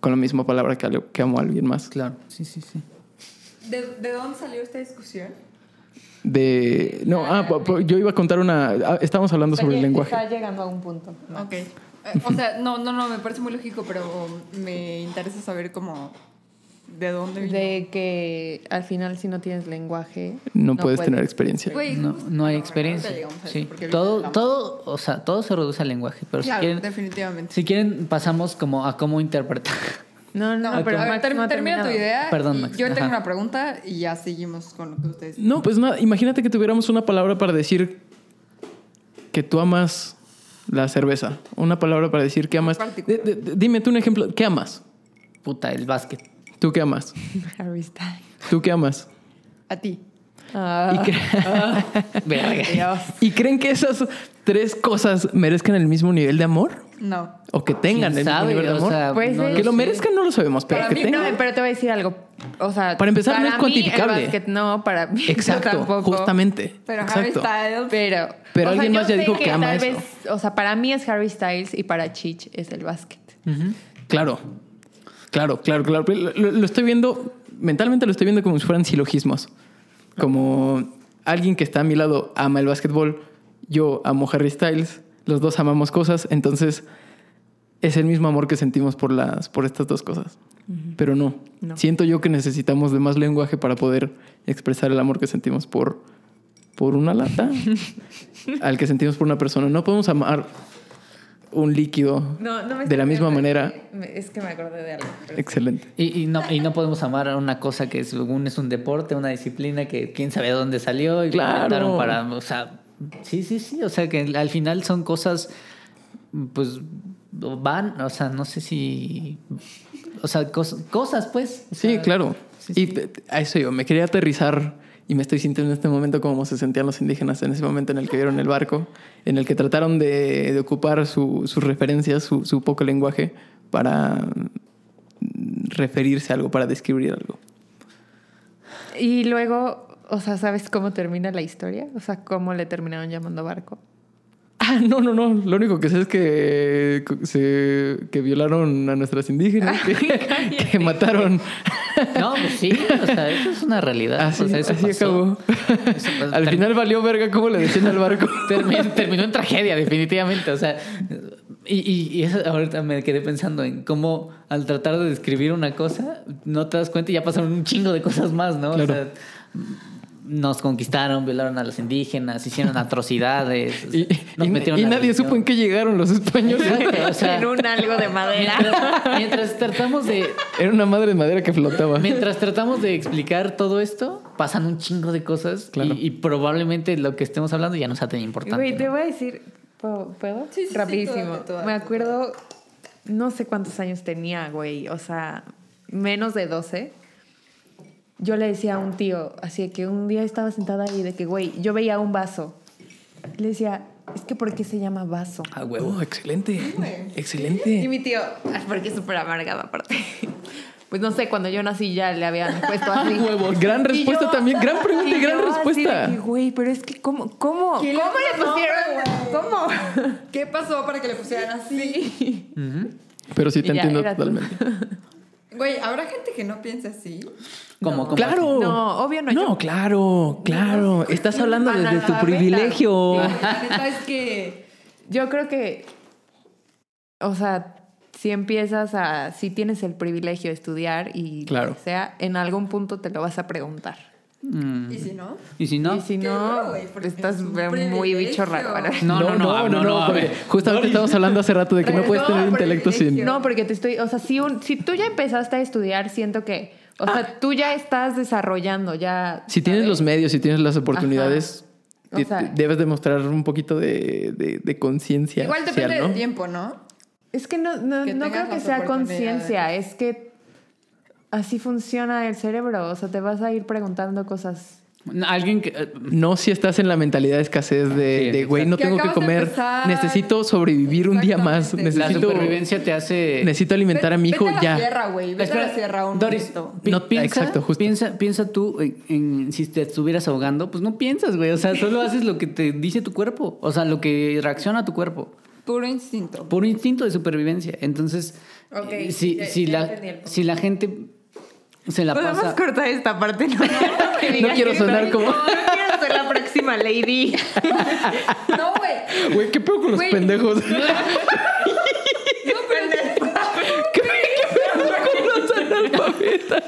Speaker 1: con la misma palabra que, al- que amo a alguien más.
Speaker 4: Claro. Sí, sí, sí.
Speaker 2: ¿De, de dónde salió esta discusión?
Speaker 1: De. No, ah, po- po- yo iba a contar una. ah, estábamos hablando sobre el
Speaker 3: Está lle-
Speaker 1: lenguaje.
Speaker 3: Está llegando a un punto.
Speaker 2: Ok. Eh, O sea, no, no, no, me parece muy lógico, pero me interesa saber cómo. ¿De dónde vino?
Speaker 3: De que al final si no tienes lenguaje...
Speaker 1: No, puedes tener
Speaker 3: experiencia.
Speaker 1: experiencia.
Speaker 2: Güey,
Speaker 4: No,
Speaker 2: justo-
Speaker 4: no hay
Speaker 2: bueno,
Speaker 4: experiencia.
Speaker 2: ahorita llegamos a eso,
Speaker 4: Sí.
Speaker 2: porque viene
Speaker 4: Todo,
Speaker 2: la-
Speaker 4: todo, o sea, todo se reduce al lenguaje. Pero
Speaker 2: Claro,
Speaker 4: si quieren,
Speaker 2: definitivamente.
Speaker 4: si quieren, pasamos como a cómo interpretar. *laughs*
Speaker 3: No, no,
Speaker 2: No,
Speaker 3: pero
Speaker 2: pero a ver,
Speaker 3: Max
Speaker 2: ter-
Speaker 3: no ha
Speaker 2: termina tu
Speaker 3: terminado. *laughs*
Speaker 2: idea.
Speaker 4: Perdón,
Speaker 2: y
Speaker 4: Max.
Speaker 2: Yo tengo
Speaker 4: Ajá.
Speaker 2: una pregunta y ya seguimos con lo que ustedes.
Speaker 1: No, pues nada, imagínate que tuviéramos una palabra para decir que tú amas la cerveza. Una palabra para decir que amas.
Speaker 2: Particular.
Speaker 1: de- de- de- dime tú un ejemplo. ¿Qué amas?
Speaker 4: Puta, el básquet.
Speaker 1: *laughs* ¿Tú qué amas?
Speaker 3: Harry Styles.
Speaker 1: ¿Tú qué amas?
Speaker 2: A ti.
Speaker 3: Ah,
Speaker 1: Y que-
Speaker 4: Verga.
Speaker 1: ¿Y creen que esas tres cosas merezcan el mismo nivel de amor?
Speaker 2: No.
Speaker 1: ¿O que tengan el
Speaker 4: ¿Quién
Speaker 1: mismo
Speaker 4: sabe?
Speaker 1: nivel de
Speaker 4: O
Speaker 1: amor?
Speaker 4: sea,
Speaker 3: Pues
Speaker 4: no
Speaker 3: es-
Speaker 1: que lo
Speaker 4: sé.
Speaker 1: merezcan no lo sabemos, pero
Speaker 2: Para
Speaker 1: que
Speaker 2: mí
Speaker 1: tengan...
Speaker 3: No, pero te voy a decir algo. O sea,
Speaker 1: Para empezar, no
Speaker 3: para
Speaker 1: es
Speaker 3: mí,
Speaker 1: cuantificable.
Speaker 3: el básquet no, para mí *laughs* yo
Speaker 1: Exacto,
Speaker 3: tampoco.
Speaker 1: justamente.
Speaker 2: Pero Harry
Speaker 1: Exacto.
Speaker 2: Styles.
Speaker 3: Pero,
Speaker 1: Pero alguien
Speaker 3: yo
Speaker 1: más ya
Speaker 3: sé
Speaker 1: dijo que ama
Speaker 3: tal
Speaker 1: eso.
Speaker 3: vez- o sea, para mí es Harry Styles y para Chich es el básquet.
Speaker 1: Claro, claro, claro, claro. Lo, lo- lo estoy viendo, mentalmente lo estoy viendo como si fueran silogismos. Como alguien que está a mi lado ama el básquetbol, yo amo Harry Styles, los dos amamos cosas, entonces es el mismo amor que sentimos por, las, por estas dos cosas. Pero no,
Speaker 3: No.
Speaker 1: siento yo que necesitamos de más lenguaje para poder expresar el amor que sentimos por,
Speaker 3: *laughs*
Speaker 1: por una lata, al que sentimos por una persona. No podemos amar un líquido
Speaker 3: No, no me
Speaker 1: de la
Speaker 3: estoy
Speaker 1: misma
Speaker 3: riendo,
Speaker 1: manera.
Speaker 3: me- Es que me acordé de algo. pero-
Speaker 1: Excelente.
Speaker 4: Y, y no, y no podemos amar a una cosa que según es un deporte, una disciplina que quién sabe de dónde salió y lo
Speaker 1: Claro.
Speaker 4: inventaron para. O sea, sí, sí, sí. O sea, que al final son cosas. Pues van, o sea, no sé si. O sea, cos- cosas, pues. O
Speaker 1: Sí,
Speaker 4: sea,
Speaker 1: claro. Y te- te- a eso yo, me quería aterrizar y me estoy sintiendo en este momento como se sentían los indígenas en ese momento en el que vieron el barco, en el que trataron de, de ocupar su- sus referencias, su, su poco lenguaje para mm, referirse a algo, para describir algo. *laughs*
Speaker 3: Y luego, o sea, ¿sabes cómo termina la historia? O sea, ¿cómo le terminaron llamando barco?
Speaker 1: Ah, no, no, no. Lo único que sé es que, eh, co- se- que violaron a nuestras
Speaker 4: *laughs*
Speaker 1: indígenas, que, que mataron.
Speaker 4: No, pues sí, o sea, eso es una realidad.
Speaker 1: Así,
Speaker 4: o sea, eso
Speaker 1: Ah, así
Speaker 4: pasó.
Speaker 1: acabó.
Speaker 4: Eso pasó.
Speaker 1: Al
Speaker 4: Termi-
Speaker 1: final valió verga cómo le decían
Speaker 4: *laughs*
Speaker 1: al barco.
Speaker 4: Terminó, terminó en tragedia, definitivamente. O sea, y, y- y eso ahorita me quedé pensando en cómo al tratar de describir una cosa, no te das cuenta y ya pasaron un chingo de cosas más, ¿no? O
Speaker 1: Claro.
Speaker 4: sea, nos conquistaron, violaron a los indígenas, hicieron atrocidades,
Speaker 1: *laughs* Y,
Speaker 4: nos
Speaker 1: y-
Speaker 4: metieron
Speaker 1: y
Speaker 4: a la
Speaker 1: nadie
Speaker 4: religión.
Speaker 1: supo en qué llegaron los españoles.
Speaker 4: Exacto, o sea,
Speaker 3: *laughs* en un algo de madera.
Speaker 4: mientras, *laughs* mientras tratamos de
Speaker 1: *laughs* Era una madre de madera que flotaba.
Speaker 4: Mientras tratamos de explicar todo esto, pasan un chingo de cosas
Speaker 1: Claro.
Speaker 4: y, y probablemente lo que estemos hablando ya no sea tan importante.
Speaker 3: Güey, te
Speaker 4: ¿no?
Speaker 3: voy a decir, ¿puedo? ¿puedo?
Speaker 2: Sí, sí, sí,
Speaker 3: Rapidísimo.
Speaker 2: tú date, tú date,
Speaker 3: Me acuerdo, no sé cuántos años tenía, güey, o sea, menos de 12. Yo le decía a un tío, así de que un día estaba sentada y de que, güey, yo veía un vaso. Le decía, es que ¿por qué se llama vaso?
Speaker 4: A huevo.
Speaker 1: Oh, excelente.
Speaker 3: Y
Speaker 1: Excelente.
Speaker 3: mi tío, "Ay, *laughs* porque es súper amargado aparte. Pues no sé, cuando yo nací ya le habían puesto
Speaker 1: *laughs*
Speaker 3: así.
Speaker 1: Huevos. Gran
Speaker 3: Y
Speaker 1: respuesta también, gran pregunta y gran
Speaker 3: yo así
Speaker 1: respuesta.
Speaker 3: de que, Güey, pero es que ¿cómo? ¿Cómo? ¿Cómo
Speaker 2: ¿Qué
Speaker 3: le
Speaker 2: le pasó,
Speaker 3: pusieron? ¿Cómo?
Speaker 2: *laughs* ¿Qué pasó para que le pusieran así?
Speaker 1: Pero sí
Speaker 3: Y
Speaker 1: te
Speaker 3: ya,
Speaker 1: entiendo
Speaker 3: era tú.
Speaker 1: totalmente.
Speaker 2: Güey, ¿habrá gente que no piensa así?
Speaker 4: Como, como-
Speaker 1: Claro.
Speaker 3: *laughs* No, obvio no,
Speaker 1: Oh. No,
Speaker 3: yo-
Speaker 1: claro, claro. Estás hablando
Speaker 3: Van a
Speaker 1: desde tu
Speaker 3: la
Speaker 1: privilegio.
Speaker 2: Sí,
Speaker 1: *laughs*
Speaker 2: La neta es que...
Speaker 3: Yo creo que, o sea, si empiezas a, si tienes el privilegio de estudiar y
Speaker 1: Claro.
Speaker 3: lo que sea, en algún punto te lo vas a preguntar.
Speaker 4: Mm.
Speaker 2: ¿Y si no?
Speaker 4: Y si no.
Speaker 3: y si
Speaker 2: Qué
Speaker 3: no,
Speaker 2: duro, güey, porque
Speaker 3: estás
Speaker 2: es un
Speaker 3: muy
Speaker 2: privilegio.
Speaker 3: bicho raro. ¿verdad?
Speaker 2: *laughs*
Speaker 4: No, no, no, no, no, a
Speaker 1: porque
Speaker 4: ver.
Speaker 1: justamente estamos hablando hace rato de que no puedes
Speaker 3: No,
Speaker 1: tener
Speaker 3: por
Speaker 1: intelecto sin.
Speaker 2: privilegio.
Speaker 3: No, porque te estoy, o sea, si, un- si tú ya empezaste a estudiar, siento que, o
Speaker 1: Ah.
Speaker 3: sea, tú ya estás desarrollando, ya...
Speaker 1: Si tienes los medios, si tienes las oportunidades,
Speaker 3: O
Speaker 1: de-
Speaker 3: sea-
Speaker 1: de- debes demostrar un poquito de, de- de conciencia.
Speaker 2: Igual
Speaker 1: social,
Speaker 2: depende
Speaker 1: ¿no?
Speaker 2: del tiempo, ¿no?
Speaker 3: Es que no, no,
Speaker 2: Que
Speaker 3: no
Speaker 2: tengas
Speaker 3: creo que
Speaker 2: las
Speaker 3: sea
Speaker 2: oportunidades.
Speaker 3: conciencia, es que así funciona el cerebro, o sea, te vas a ir preguntando cosas.
Speaker 4: Alguien que. eh,
Speaker 1: No si estás en la mentalidad de escasez
Speaker 4: Sí,
Speaker 1: de, de, güey, no
Speaker 2: Que
Speaker 1: tengo que
Speaker 2: acabas de
Speaker 1: comer,
Speaker 2: empezar.
Speaker 1: necesito sobrevivir un día más,
Speaker 2: Exactamente.
Speaker 4: La
Speaker 1: necesito,
Speaker 4: supervivencia te hace.
Speaker 1: necesito alimentar a mi
Speaker 2: Eh, Vete
Speaker 1: hijo
Speaker 2: a la
Speaker 1: ya.
Speaker 2: sierra, Ah, güey. Vete a la
Speaker 4: Espera,
Speaker 2: sierra un
Speaker 4: Doris,
Speaker 2: momento.
Speaker 4: pi-
Speaker 1: No,
Speaker 4: piensa,
Speaker 1: exacto, justo.
Speaker 4: Piensa, piensa tú en, en si te estuvieras ahogando, pues no piensas, güey. O sea, solo haces lo que te dice tu cuerpo. O sea, lo que reacciona a tu cuerpo.
Speaker 2: Puro instinto.
Speaker 4: por un instinto de supervivencia. Entonces,
Speaker 3: Ok,
Speaker 4: eh, si,
Speaker 3: ya-
Speaker 4: si
Speaker 3: ya
Speaker 4: la,
Speaker 3: entendí el punto. Pues
Speaker 4: si la gente se la
Speaker 3: Podemos
Speaker 4: pasa...
Speaker 3: cortar esta parte, no.
Speaker 1: No quiero sonar como-
Speaker 3: No, no quiero ser la próxima lady.
Speaker 2: No, güey.
Speaker 1: Güey, ¿qué pedo con los
Speaker 2: Güey.
Speaker 1: pendejos?
Speaker 3: *laughs*
Speaker 2: No, pero...
Speaker 1: ¿Qué, qué pedo con los analfabetas?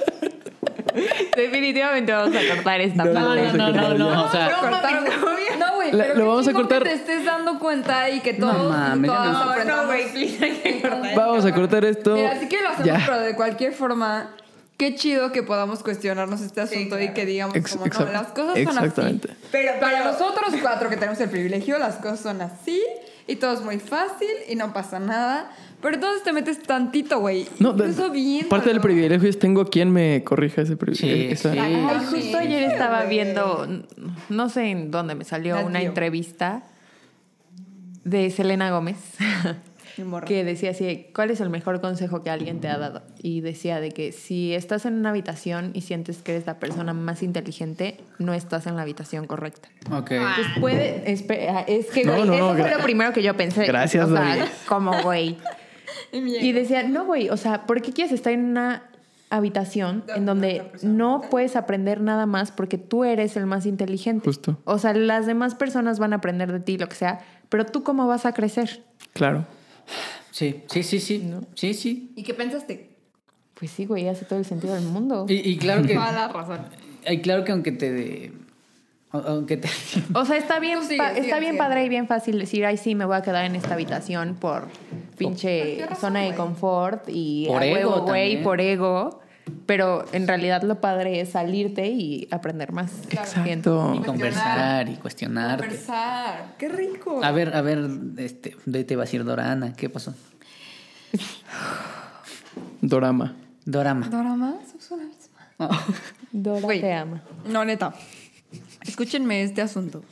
Speaker 3: Definitivamente vamos a cortar esta
Speaker 4: *laughs*
Speaker 1: No,
Speaker 4: No,
Speaker 3: parte.
Speaker 4: no, no, no, no, o sea...
Speaker 2: No,
Speaker 3: Ah, cortar-
Speaker 2: mami, no, güey.
Speaker 1: La-
Speaker 2: pero
Speaker 1: lo
Speaker 2: qué
Speaker 1: vamos a
Speaker 2: chingón
Speaker 1: cortar.
Speaker 2: Que te estés dando cuenta y que todos.
Speaker 4: mames, ya
Speaker 2: todos
Speaker 4: no.
Speaker 2: aprendamos. *laughs*
Speaker 3: please, hay que cortar.
Speaker 1: Vamos a cortar esto.
Speaker 2: Mira, así que lo hacemos,
Speaker 1: Ya.
Speaker 2: pero de cualquier forma, qué chido que podamos cuestionarnos este asunto y que digamos,
Speaker 1: Ex-
Speaker 2: como no,
Speaker 1: exact-
Speaker 2: las cosas son
Speaker 1: exactamente.
Speaker 2: así. Pero para nosotros cuatro que tenemos el privilegio, las cosas son así y todo es muy fácil y no pasa nada. Pero entonces te metes tantito, güey.
Speaker 1: No, de-
Speaker 2: Incluso bien.
Speaker 1: parte del
Speaker 2: cabrón.
Speaker 1: privilegio es tengo quien me corrija ese privilegio.
Speaker 4: Sí,
Speaker 1: esa-
Speaker 4: sí.
Speaker 3: Ay,
Speaker 2: Sí,
Speaker 3: justo
Speaker 2: sí,
Speaker 3: ayer estaba
Speaker 2: güey.
Speaker 3: viendo, n- no sé en dónde me salió
Speaker 2: La
Speaker 3: una
Speaker 2: dio.
Speaker 3: entrevista de Selena Gómez *laughs*
Speaker 2: Mi morra.
Speaker 3: que decía así, ¿cuál es el mejor consejo que alguien te ha dado? Y decía de que si estás en una habitación y sientes que eres la persona más inteligente, no estás en la habitación correcta.
Speaker 4: Ok.
Speaker 3: Pues puede, espera, es que
Speaker 1: No,
Speaker 3: güey,
Speaker 1: no,
Speaker 3: eso
Speaker 1: no,
Speaker 3: fue
Speaker 1: gra-
Speaker 3: lo primero que yo pensé.
Speaker 1: Gracias,
Speaker 3: o sea,
Speaker 1: David.
Speaker 3: como güey.
Speaker 2: Y mi-
Speaker 3: Y decía, no, güey, o sea, ¿por qué quieres estar en una habitación en donde no puedes aprender nada más porque tú eres el más inteligente?
Speaker 1: Justo.
Speaker 3: O sea, las demás personas van a aprender de ti, lo que sea, pero tú cómo vas a crecer.
Speaker 1: Claro.
Speaker 4: Sí, sí, sí, sí. Sí, sí.
Speaker 2: ¿Y qué pensaste?
Speaker 3: Pues sí, güey, hace todo el sentido del mundo.
Speaker 4: Y, y claro que...
Speaker 2: Toda la razón.
Speaker 4: y claro que aunque te... de- O- Aunque
Speaker 3: *laughs*
Speaker 4: te...
Speaker 3: O sea, está bien,
Speaker 2: Tú sigue,
Speaker 3: pa-
Speaker 2: sigue,
Speaker 3: está bien
Speaker 2: sigue.
Speaker 3: padre y bien fácil decir, ay, sí, me voy a quedar en esta habitación por pinche
Speaker 2: ¿Por qué razón,
Speaker 3: zona de
Speaker 2: güey?
Speaker 3: confort y
Speaker 4: Por
Speaker 3: a
Speaker 4: ego
Speaker 3: huevo, güey,
Speaker 4: también.
Speaker 3: por ego. Pero en realidad lo padre es salirte y aprender más.
Speaker 2: Claro.
Speaker 3: Siento.
Speaker 4: Y conversar y cuestionarte.
Speaker 2: Conversar. ¡Qué rico!
Speaker 4: A ver, a ver, este, de te va a decir Dorana, ¿qué pasó?
Speaker 1: Dorama.
Speaker 4: Dorama. Ah,
Speaker 2: Dorama, somos una misma.
Speaker 3: Dora
Speaker 2: Güey.
Speaker 3: te ama.
Speaker 2: No, neta. Escúchenme este asunto.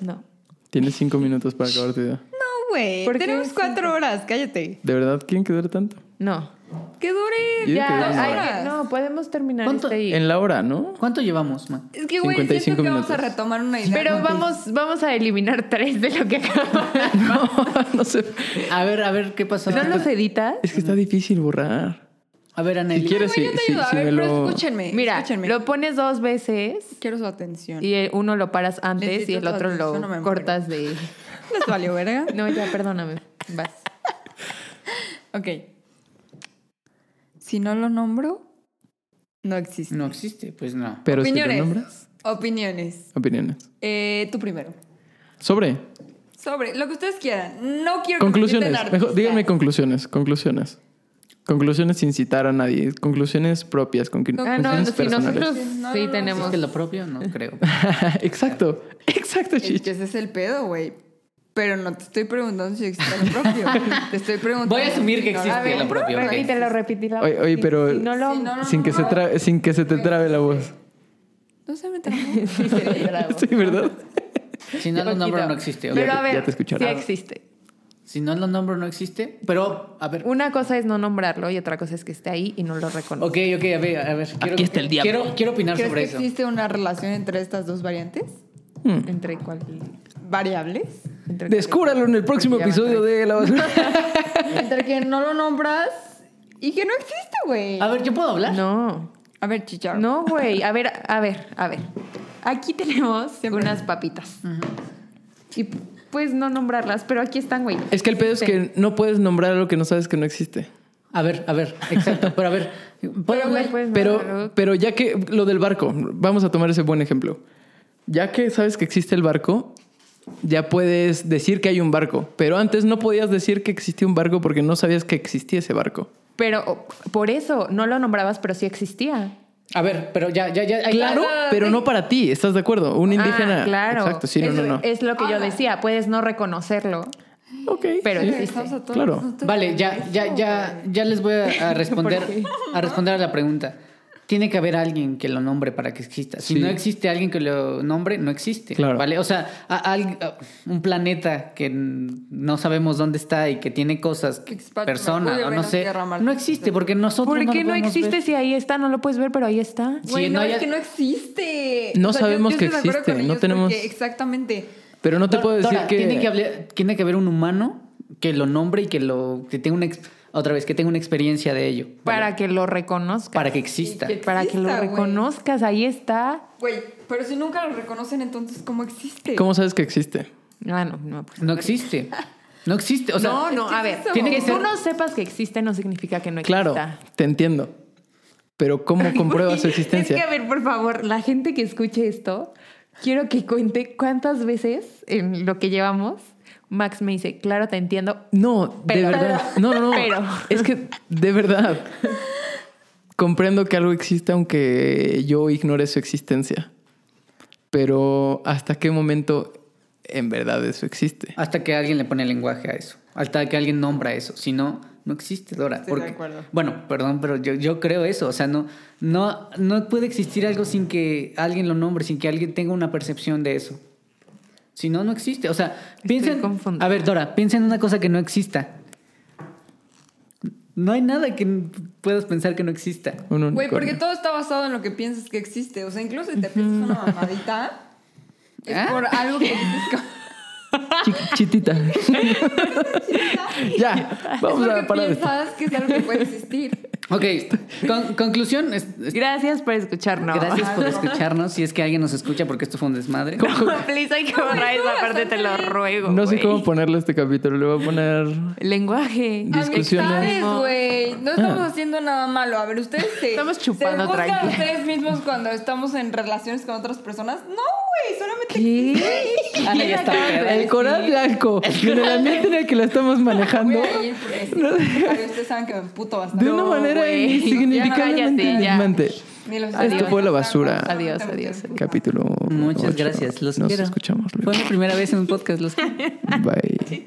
Speaker 3: No.
Speaker 1: Tienes cinco minutos para acabar tu idea.
Speaker 2: No, güey.
Speaker 3: ¿Por qué
Speaker 2: Tenemos
Speaker 3: es
Speaker 2: cuatro horas, cállate.
Speaker 1: ¿De verdad quieren que dure tanto?
Speaker 3: No.
Speaker 2: ¡Que dure!
Speaker 1: Yo creo que
Speaker 3: Ya,
Speaker 1: dos
Speaker 3: hay
Speaker 2: horas.
Speaker 3: que- no, podemos terminar
Speaker 4: ¿Cuánto-
Speaker 3: este y-
Speaker 1: En la
Speaker 4: *laughs*
Speaker 1: hora, ¿no?
Speaker 4: ¿Cuánto llevamos, man?
Speaker 2: Es que, güey, siento
Speaker 1: 55
Speaker 2: que vamos a
Speaker 1: minutos.
Speaker 2: retomar una idea.
Speaker 3: Pero vamos, vamos a eliminar tres de lo
Speaker 1: *laughs*
Speaker 3: que acabamos.
Speaker 1: No, no sé.
Speaker 4: A ver, a ver, ¿qué pasó?
Speaker 3: ¿No los editas?
Speaker 1: Es que está difícil borrar.
Speaker 4: A ver, Anel.
Speaker 1: Si quieres,
Speaker 2: Güey,
Speaker 1: si,
Speaker 2: yo te
Speaker 1: si-
Speaker 2: ayudo.
Speaker 1: si
Speaker 2: a ver,
Speaker 1: me
Speaker 2: pero
Speaker 1: lo...
Speaker 2: escúchenme.
Speaker 3: Mira,
Speaker 2: escúchenme.
Speaker 3: lo pones dos veces
Speaker 2: Quiero su atención.
Speaker 3: y eh, uno lo paras antes y
Speaker 2: Necesito
Speaker 3: el
Speaker 2: tu
Speaker 3: otro
Speaker 2: atención,
Speaker 3: lo
Speaker 2: no me muero.
Speaker 3: cortas de...
Speaker 2: ¿Les valió, verga?
Speaker 3: No, ya, perdóname. Vas.
Speaker 2: Ok. Si no lo nombro, no existe.
Speaker 4: No existe, pues no.
Speaker 1: Pero si lo
Speaker 2: Opiniones.
Speaker 1: nombras.
Speaker 2: Opiniones.
Speaker 1: Opiniones.
Speaker 2: Eh, tú primero.
Speaker 1: Sobre.
Speaker 2: Sobre lo que ustedes quieran. No quiero
Speaker 1: Conclusiones.
Speaker 2: que me
Speaker 1: Mejor, díganme conclusiones. Conclusiones. Conclusiones sin citar a nadie. Conclusiones propias. conclu-
Speaker 2: Ah,
Speaker 3: Ah,
Speaker 1: Conclusiones
Speaker 3: no, si
Speaker 1: personales.
Speaker 3: nosotros
Speaker 2: No,
Speaker 3: sí
Speaker 2: no, no.
Speaker 4: Es
Speaker 3: tenemos...
Speaker 4: que lo propio,
Speaker 3: *laughs*
Speaker 4: no creo.
Speaker 1: *laughs* exacto. Exacto, Chicho.
Speaker 2: Ese es el pedo, güey. Pero no te estoy preguntando si existe lo propio. te estoy preguntando.
Speaker 4: Voy a asumir que
Speaker 2: si no
Speaker 4: existe
Speaker 2: la veo.
Speaker 4: lo propio. ok.
Speaker 3: Repítelo, repítelo.
Speaker 1: Oye, oye, pero-
Speaker 3: Si no lo...
Speaker 2: Si no lo
Speaker 1: Sin que, se
Speaker 2: nombro,
Speaker 1: tra- sin que se te trabe la voz.
Speaker 2: No
Speaker 4: *laughs*
Speaker 2: se me trabó.
Speaker 3: Sí, se lo
Speaker 1: *laughs*
Speaker 3: grabo.
Speaker 1: Sí, ¿verdad?
Speaker 4: Si no lo nombro, no existe. ok.
Speaker 3: Pero a
Speaker 1: Ya-
Speaker 3: ver,
Speaker 1: ya te escucharon.
Speaker 3: sí existe.
Speaker 4: Si no lo nombro, no existe. Pero, a ver.
Speaker 3: Una cosa es no nombrarlo y otra cosa es que esté ahí y no lo reconozco.
Speaker 4: Ok, ok, a ver, a ver. Quiero,
Speaker 1: Aquí está el diablo.
Speaker 4: Quiero, quiero opinar
Speaker 2: ¿Crees
Speaker 4: sobre
Speaker 2: que
Speaker 4: eso.
Speaker 2: existe una relación entre estas dos variantes?
Speaker 3: ¿Entre cuál?
Speaker 2: ¿Variables?
Speaker 3: Entre cuál-
Speaker 1: Descúbralo en el próximo
Speaker 3: Ya van
Speaker 1: episodio de La Basura.
Speaker 3: *laughs*
Speaker 2: Entre que no lo nombras y que no existe, güey.
Speaker 4: A ver, ¿yo puedo hablar?
Speaker 3: No.
Speaker 2: A ver, chicharro.
Speaker 3: No, güey. A ver, a ver, a ver. Aquí tenemos unas papitas. Y pues no nombrarlas, pero aquí están, güey.
Speaker 1: Es que el pedo es que no puedes nombrar algo que no sabes que no existe.
Speaker 4: A ver, a ver, exacto. Pero a
Speaker 3: *laughs*
Speaker 4: ver. ¿puedo
Speaker 3: Pero,
Speaker 4: hablar?
Speaker 3: güey, pues,
Speaker 1: Pero,
Speaker 3: no,
Speaker 1: pero ya que lo del barco, vamos a tomar ese buen ejemplo. Ya que sabes que existe el barco, ya puedes decir que hay un barco. Pero antes no podías decir que existía un barco porque no sabías que existía ese barco.
Speaker 3: pero oh, por eso no lo nombrabas, pero sí existía.
Speaker 4: A ver, pero ya, ya, ya. ahí-
Speaker 1: Claro,
Speaker 3: Ah,
Speaker 1: pero
Speaker 3: sí.
Speaker 1: no para ti. ¿Estás de acuerdo? Un indígena.
Speaker 3: Ah, claro.
Speaker 1: Exacto, sí, no,
Speaker 3: es,
Speaker 1: no, no.
Speaker 3: Es lo que yo decía. Puedes no reconocerlo,
Speaker 1: Ok.
Speaker 3: pero
Speaker 2: Sí,
Speaker 3: existe.
Speaker 2: estamos a todos.
Speaker 1: Claro.
Speaker 2: No te-
Speaker 4: Vale, ya, ya, ya, ya les voy
Speaker 3: *laughs*
Speaker 4: a, a responder a responder a la pregunta. Tiene que haber alguien que lo nombre para que exista. Si
Speaker 1: Sí.
Speaker 4: no existe alguien que lo nombre, no existe.
Speaker 1: Claro.
Speaker 4: ¿Vale? O sea, a- al- a- un planeta que n- no sabemos dónde está y que tiene cosas, que-
Speaker 2: Expansión,
Speaker 4: personas,
Speaker 2: Mercurio,
Speaker 4: o no
Speaker 2: Venus,
Speaker 4: sé,
Speaker 2: Tierra, Marte.
Speaker 4: no existe porque nosotros
Speaker 3: ¿Por
Speaker 4: no
Speaker 3: qué
Speaker 4: lo
Speaker 3: no
Speaker 4: podemos
Speaker 3: existe
Speaker 4: ver.
Speaker 3: si ahí está? No lo puedes ver, pero ahí está.
Speaker 4: Si
Speaker 2: Güey, no,
Speaker 4: no
Speaker 2: es
Speaker 4: haya-
Speaker 2: que no existe.
Speaker 1: No sabemos que
Speaker 2: estoy de acuerdo
Speaker 1: existe,
Speaker 2: con
Speaker 1: no
Speaker 2: ellos
Speaker 1: tenemos-
Speaker 2: porque exactamente.
Speaker 1: Pero no te
Speaker 4: Dora-
Speaker 1: puedo decir
Speaker 4: Dora,
Speaker 1: que...
Speaker 4: Tiene que, hable- tiene que haber un humano que lo nombre y que lo que tenga una ex- otra vez que tenga una experiencia de ello
Speaker 3: Para que lo reconozcas.
Speaker 4: para que exista.
Speaker 2: Y que-
Speaker 3: Para que lo
Speaker 2: exista, güey.
Speaker 3: reconozcas, ahí está.
Speaker 2: Güey, pero si nunca lo reconocen, entonces, ¿cómo existe?
Speaker 1: ¿Cómo sabes que existe?
Speaker 3: Ah, no, no. pues.
Speaker 4: No existe. No existe, o sea,
Speaker 3: no, no,
Speaker 2: es que
Speaker 3: a
Speaker 2: es
Speaker 3: ver.
Speaker 2: eso.
Speaker 4: Tiene
Speaker 3: que
Speaker 4: que
Speaker 3: tú
Speaker 4: ser-
Speaker 3: no sepas que existe no significa que no exista.
Speaker 1: Claro, te entiendo. Pero ¿cómo compruebas su existencia?
Speaker 3: Es que, a ver, por favor, la gente que escuche esto, quiero que cuente cuántas veces en lo que llevamos, Max me dice, claro, te entiendo.
Speaker 1: No,
Speaker 3: Pero-
Speaker 1: de verdad. No, no, no.
Speaker 3: Pero-
Speaker 1: Es que, de verdad, comprendo que algo existe aunque yo ignore su existencia. Pero ¿hasta qué momento en verdad eso existe?
Speaker 4: Hasta que alguien le pone lenguaje a eso. Hasta que alguien nombra eso. Si no, no existe Dora.
Speaker 2: Estoy de acuerdo.
Speaker 4: Bueno, perdón, pero yo, yo creo eso. O sea, no, no, no puede existir algo sin que alguien lo nombre, sin que alguien tenga una percepción de eso. Si no, no existe. O sea, piensa en-
Speaker 3: confundida.
Speaker 4: A ver, Dora, piensa en una cosa que no exista. No hay nada que n- puedas pensar que no exista.
Speaker 1: Un
Speaker 2: Güey,
Speaker 1: unicornio.
Speaker 2: porque todo está basado en lo que piensas que
Speaker 1: *laughs* ¿Eh?
Speaker 2: existe. O sea, incluso si te piensas una mamadita, es
Speaker 4: ¿Ah?
Speaker 2: por algo que existe.
Speaker 1: Chi- chitita. *laughs* ya, vamos
Speaker 2: es
Speaker 1: a
Speaker 2: porque
Speaker 1: parar. esto.
Speaker 2: piensas que es algo que
Speaker 1: *laughs*
Speaker 2: puede existir.
Speaker 4: Ok, con- conclusión. es- es-
Speaker 3: Gracias por escucharnos.
Speaker 4: Gracias
Speaker 2: *laughs*
Speaker 4: por escucharnos. Si es que alguien nos escucha, porque esto fue un desmadre.
Speaker 3: *laughs* Please, hay que borrar esa parte, te lo ruego.
Speaker 1: No sé
Speaker 3: güey.
Speaker 1: cómo ponerle a este capítulo. Le voy a poner.
Speaker 3: Lenguaje.
Speaker 1: Discusiones.
Speaker 2: Amistades, güey. No
Speaker 1: Ah.
Speaker 2: estamos haciendo nada malo. A ver, ustedes se.
Speaker 3: Estamos chupando
Speaker 2: se juzgan
Speaker 3: tranqui.
Speaker 2: ustedes mismos cuando estamos en relaciones con otras personas? No, güey. Solamente.
Speaker 3: ¿Qué?
Speaker 4: Ana Ah, ya está peda.
Speaker 1: El coral blanco. En el ambiente en el que la estamos manejando.
Speaker 2: Güey, es- Pero ustedes saben que me emputo bastante.
Speaker 1: De una manera *laughs*
Speaker 3: güey.
Speaker 1: insignificante
Speaker 3: Ya, cállate, ya.
Speaker 2: Ni los
Speaker 1: Esto
Speaker 2: adiós.
Speaker 1: fue la basura.
Speaker 3: Adiós, adiós.
Speaker 1: Capítulo.
Speaker 4: Muchas
Speaker 1: ocho.
Speaker 4: gracias. Los
Speaker 1: Nos
Speaker 4: quiero.
Speaker 1: escuchamos
Speaker 4: Fue
Speaker 1: luego.
Speaker 4: mi primera vez en un podcast. Los quiero.
Speaker 1: Bye.